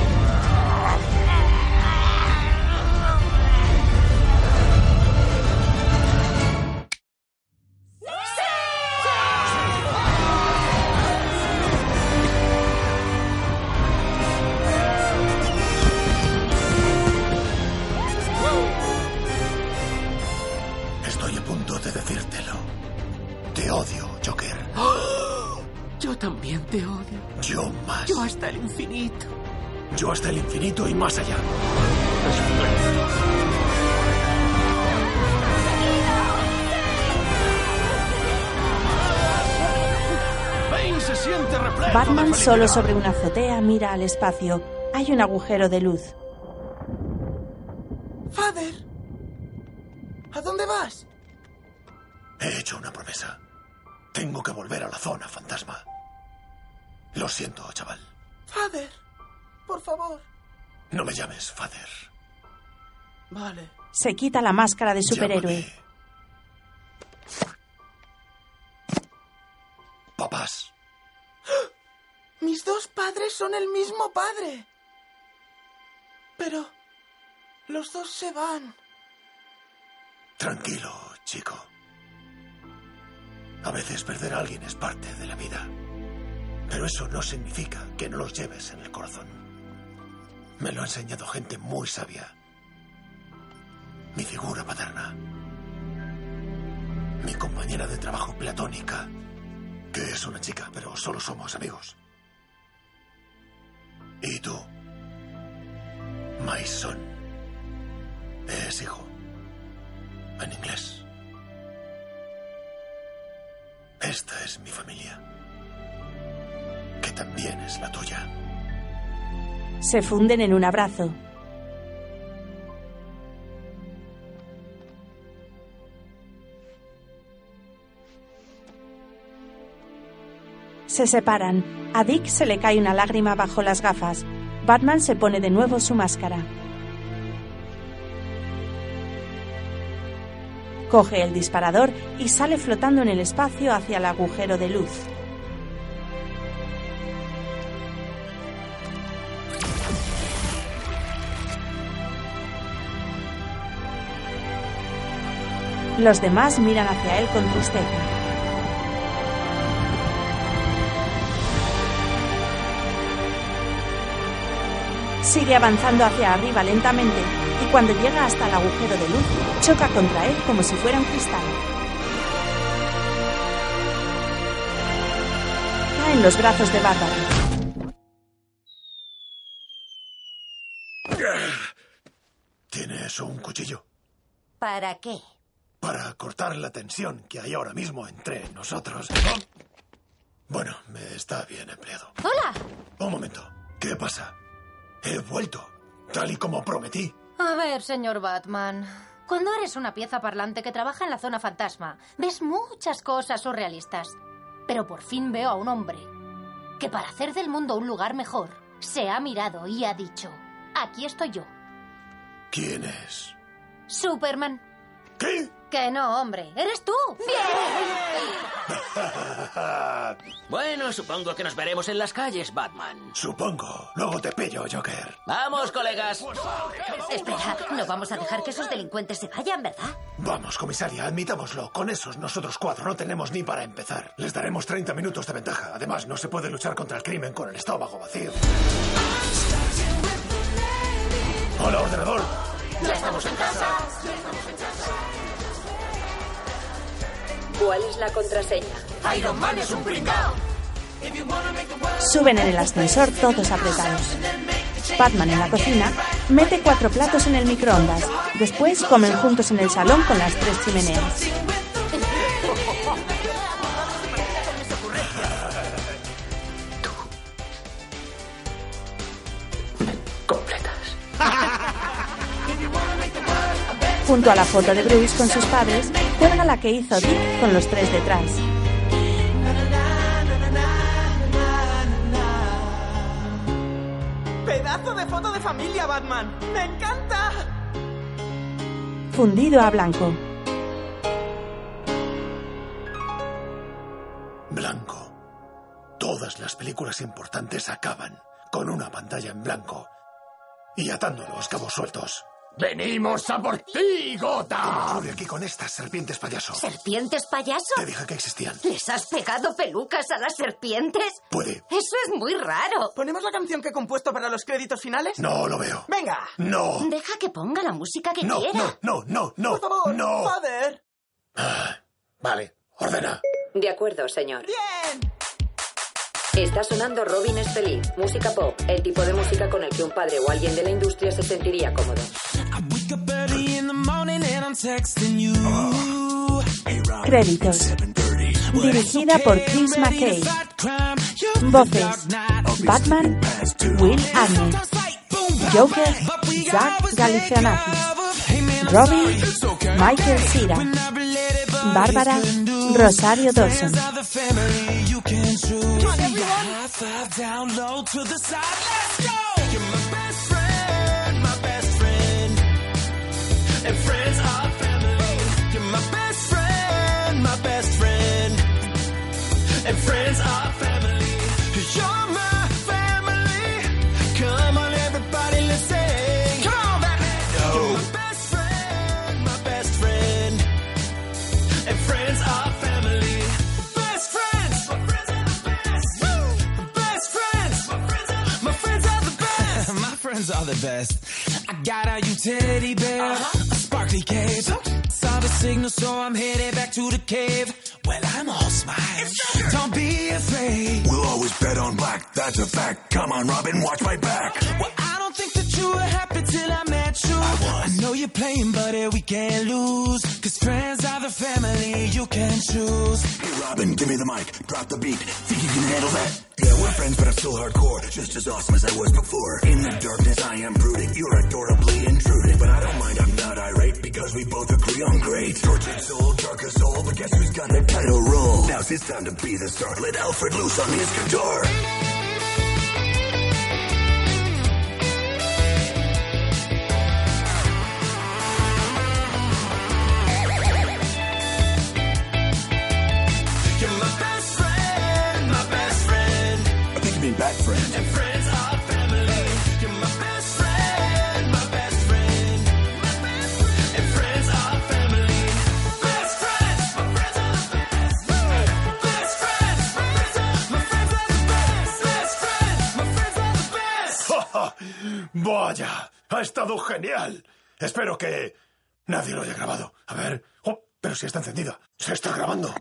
S2: ciudad. Estoy a punto de decírtelo. Te odio, Joker.
S7: ¡Ah! Yo también te
S2: [laughs]
S7: odio.
S2: Yo más.
S7: Yo hasta el infinito.
S2: Yo hasta el infinito y más allá.
S5: Bane se siente repleto.
S1: Batman
S5: de
S1: solo
S5: felicidad.
S1: sobre una azotea mira al espacio. Hay un agujero de luz.
S16: Father, ¿a dónde vas?
S2: He hecho una promesa. Tengo que volver a la zona fantasma. Lo siento, chaval.
S16: Father, por favor.
S2: No me llames Father.
S16: Vale.
S1: Se quita la máscara de superhéroe.
S2: Papás.
S16: Mis dos padres son el mismo padre. Pero los dos se van.
S2: Tranquilo, chico. A veces perder a alguien es parte de la vida. Pero eso no significa que no los lleves en el corazón. Me lo ha enseñado gente muy sabia. Mi figura paterna. Mi compañera de trabajo platónica. Que es una chica, pero solo somos amigos. Y tú. My son. Es hijo. En inglés. Esta es mi familia. Que también es la tuya.
S1: Se funden en un abrazo. Se separan. A Dick se le cae una lágrima bajo las gafas. Batman se pone de nuevo su máscara. Coge el disparador y sale flotando en el espacio hacia el agujero de luz. Los demás miran hacia él con tristeza. Sigue avanzando hacia arriba lentamente y cuando llega hasta el agujero de luz, choca contra él como si fuera un cristal. Cae en los brazos de Batman.
S2: ¿Tienes un cuchillo?
S19: ¿Para qué?
S2: Para cortar la tensión que hay ahora mismo entre nosotros. Bueno, me está bien empleado.
S17: ¡Hola!
S2: Un momento. ¿Qué pasa? He vuelto. Tal y como prometí.
S17: A ver, señor Batman. Cuando eres una pieza parlante que trabaja en la zona fantasma, ves muchas cosas surrealistas. Pero por fin veo a un hombre que para hacer del mundo un lugar mejor, se ha mirado y ha dicho, aquí estoy yo,
S2: ¿Quién es?
S17: Superman.
S2: ¿Qué?
S17: Que no, hombre. ¡Eres tú!
S7: Bueno, supongo que nos veremos en las calles, Batman.
S2: Supongo. Luego te pillo, Joker.
S7: Vamos, colegas.
S19: Espera, no vamos a dejar que esos delincuentes se vayan, ¿verdad?
S2: Vamos, comisaria, admitámoslo. Con esos nosotros cuatro no tenemos ni para empezar. Les daremos 30 minutos de ventaja. Además, no se puede luchar contra el crimen con el estómago vacío. Hola, ordenador.
S6: Ya estamos en casa.
S12: ¿Cuál es la contraseña?
S6: Iron Man es un pringao. If you wanna make the world-
S1: Suben en el ascensor todos apretados. Batman en la cocina mete cuatro platos en el microondas. Después comen juntos en el salón con las tres chimeneas. Junto a la foto de Bruce con sus padres, cuelga la que hizo Dick con los tres detrás.
S16: ¡Pedazo de foto de familia, Batman! ¡Me encanta!
S1: Fundido a blanco.
S2: Blanco. Todas las películas importantes acaban con una pantalla en blanco y atando los cabos sueltos.
S41: ¡Venimos a por ti, Gota!
S2: ocurre aquí con estas serpientes payaso?
S19: ¿Serpientes payaso?
S2: Te dije que existían.
S19: ¿Les has pegado pelucas a las serpientes?
S2: Puede.
S19: Eso es muy raro.
S16: ¿Ponemos la canción que he compuesto para los créditos finales?
S2: No lo veo.
S16: ¡Venga!
S2: No.
S19: Deja que ponga la música que
S2: No,
S19: quiera.
S2: no, no, no, no.
S16: ¡Por favor!
S2: No.
S16: ¡Father!
S2: Vale, ordena.
S12: De acuerdo, señor. Está sonando Robin es feliz, música pop, el tipo de música con el que un padre o alguien de la industria se sentiría cómodo.
S5: Early in the morning and I'm texting you.
S2: Ah.
S1: Créditos. Dirigida por Chris McKay. Voces. Batman, Will Arnett. Joker, Zach Galifianakis. Robin, Michael Cera. Bárbara, Rosario Dawson.
S5: High five down low to the side. Let's go. You're my best friend, my best friend, and friends are family. You're my best friend, my best friend, and friends are family. You're my family. Come on, everybody, let's sing. Come on, Batman. You're my best friend, my best friend, and friends are family. Best friends. My friends are the best. Best friends. My friends are the best.
S42: My friends are the best. I got a utility bill, a sparkly cave. Saw the signal, so I'm headed back to the cave. Well, I'm all smiles. Don't be afraid.
S23: We'll always bet on black, that's a fact. Come on, Robin, watch my back.
S42: Well, I don't think that you were happy till I met you. I, know you're playing, but eh, we can't lose. Cause friends are the family you can choose.
S23: Hey, Robin, give me the mic, drop the beat. Think you can handle that? Yeah, we're friends, but I'm still hardcore. Just as awesome as I was before. In the darkness, I am brooding. You're adorably intruded, but I don't mind, I'm not irate because we both agree I'm great. Tortured soul, darker soul, but guess who's got the title role? Now's his time to be the star. Let Alfred loose on his guitar.
S5: You're my best friend, my best friend.
S23: I think you mean back friend.
S5: And friends are family. You're my best friend, my best friend. My best friend. And friends are family. Best friends, my friends are the best. Best friends, my friends are, my friends are the best. Best friends, my friends are the best.
S2: [laughs] Vaya, ha estado genial. Espero que nadie lo haya grabado. A ver, oh, pero si está encendida. Se está grabando.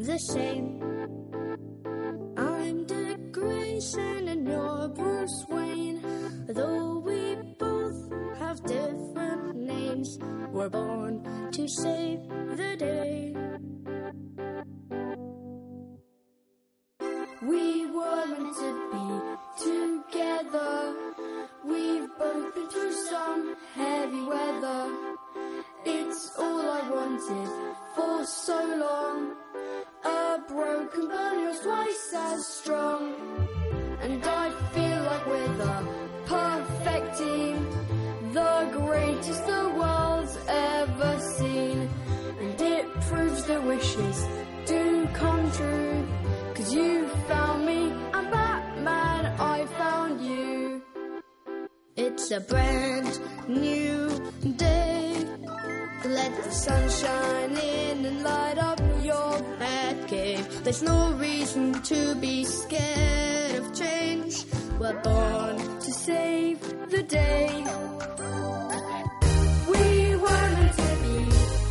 S3: the same. I'm Dick Grayson and you're Bruce Wayne. Though we both have different names, we're born to save the day. We were meant to be together. We've both been through some heavy weather. It's all I wanted for so long. A broken bone was twice as strong. And I feel like we're the perfect team. The greatest the world's ever seen. And it proves that wishes do come true. Cause you found me, I'm Batman, I found you. It's a brand new day. Let the sun shine in and light up your Batcave. There's no reason to be scared of change. We're born to save the day. We were meant to be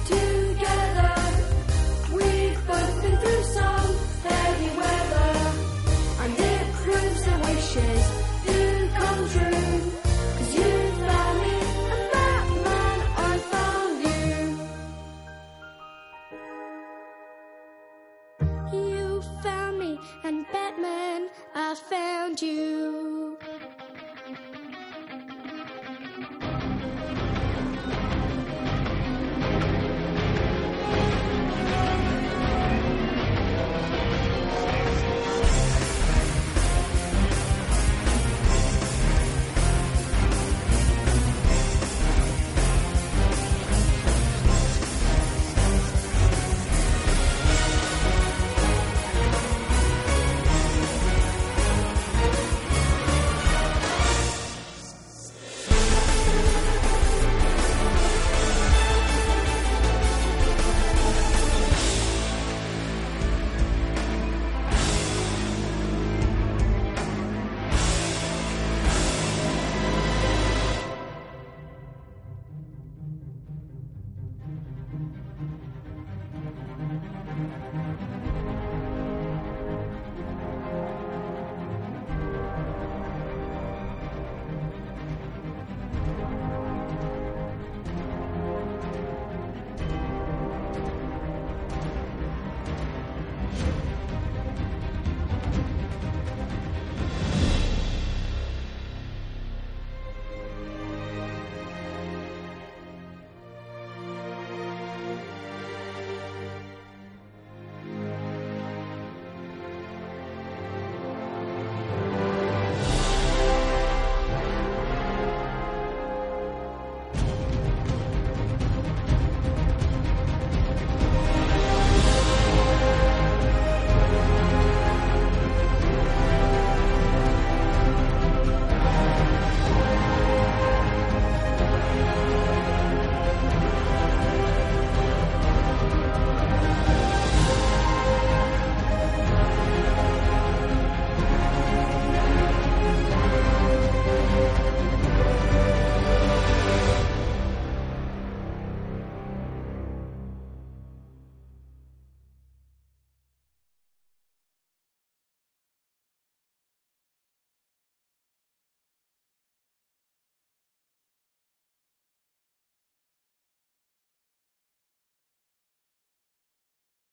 S3: together. We've both been through some heavy weather, and it proves that wishes do come true. 'Cause you found me, and Batman, I found you. You found me, and Batman, I found you.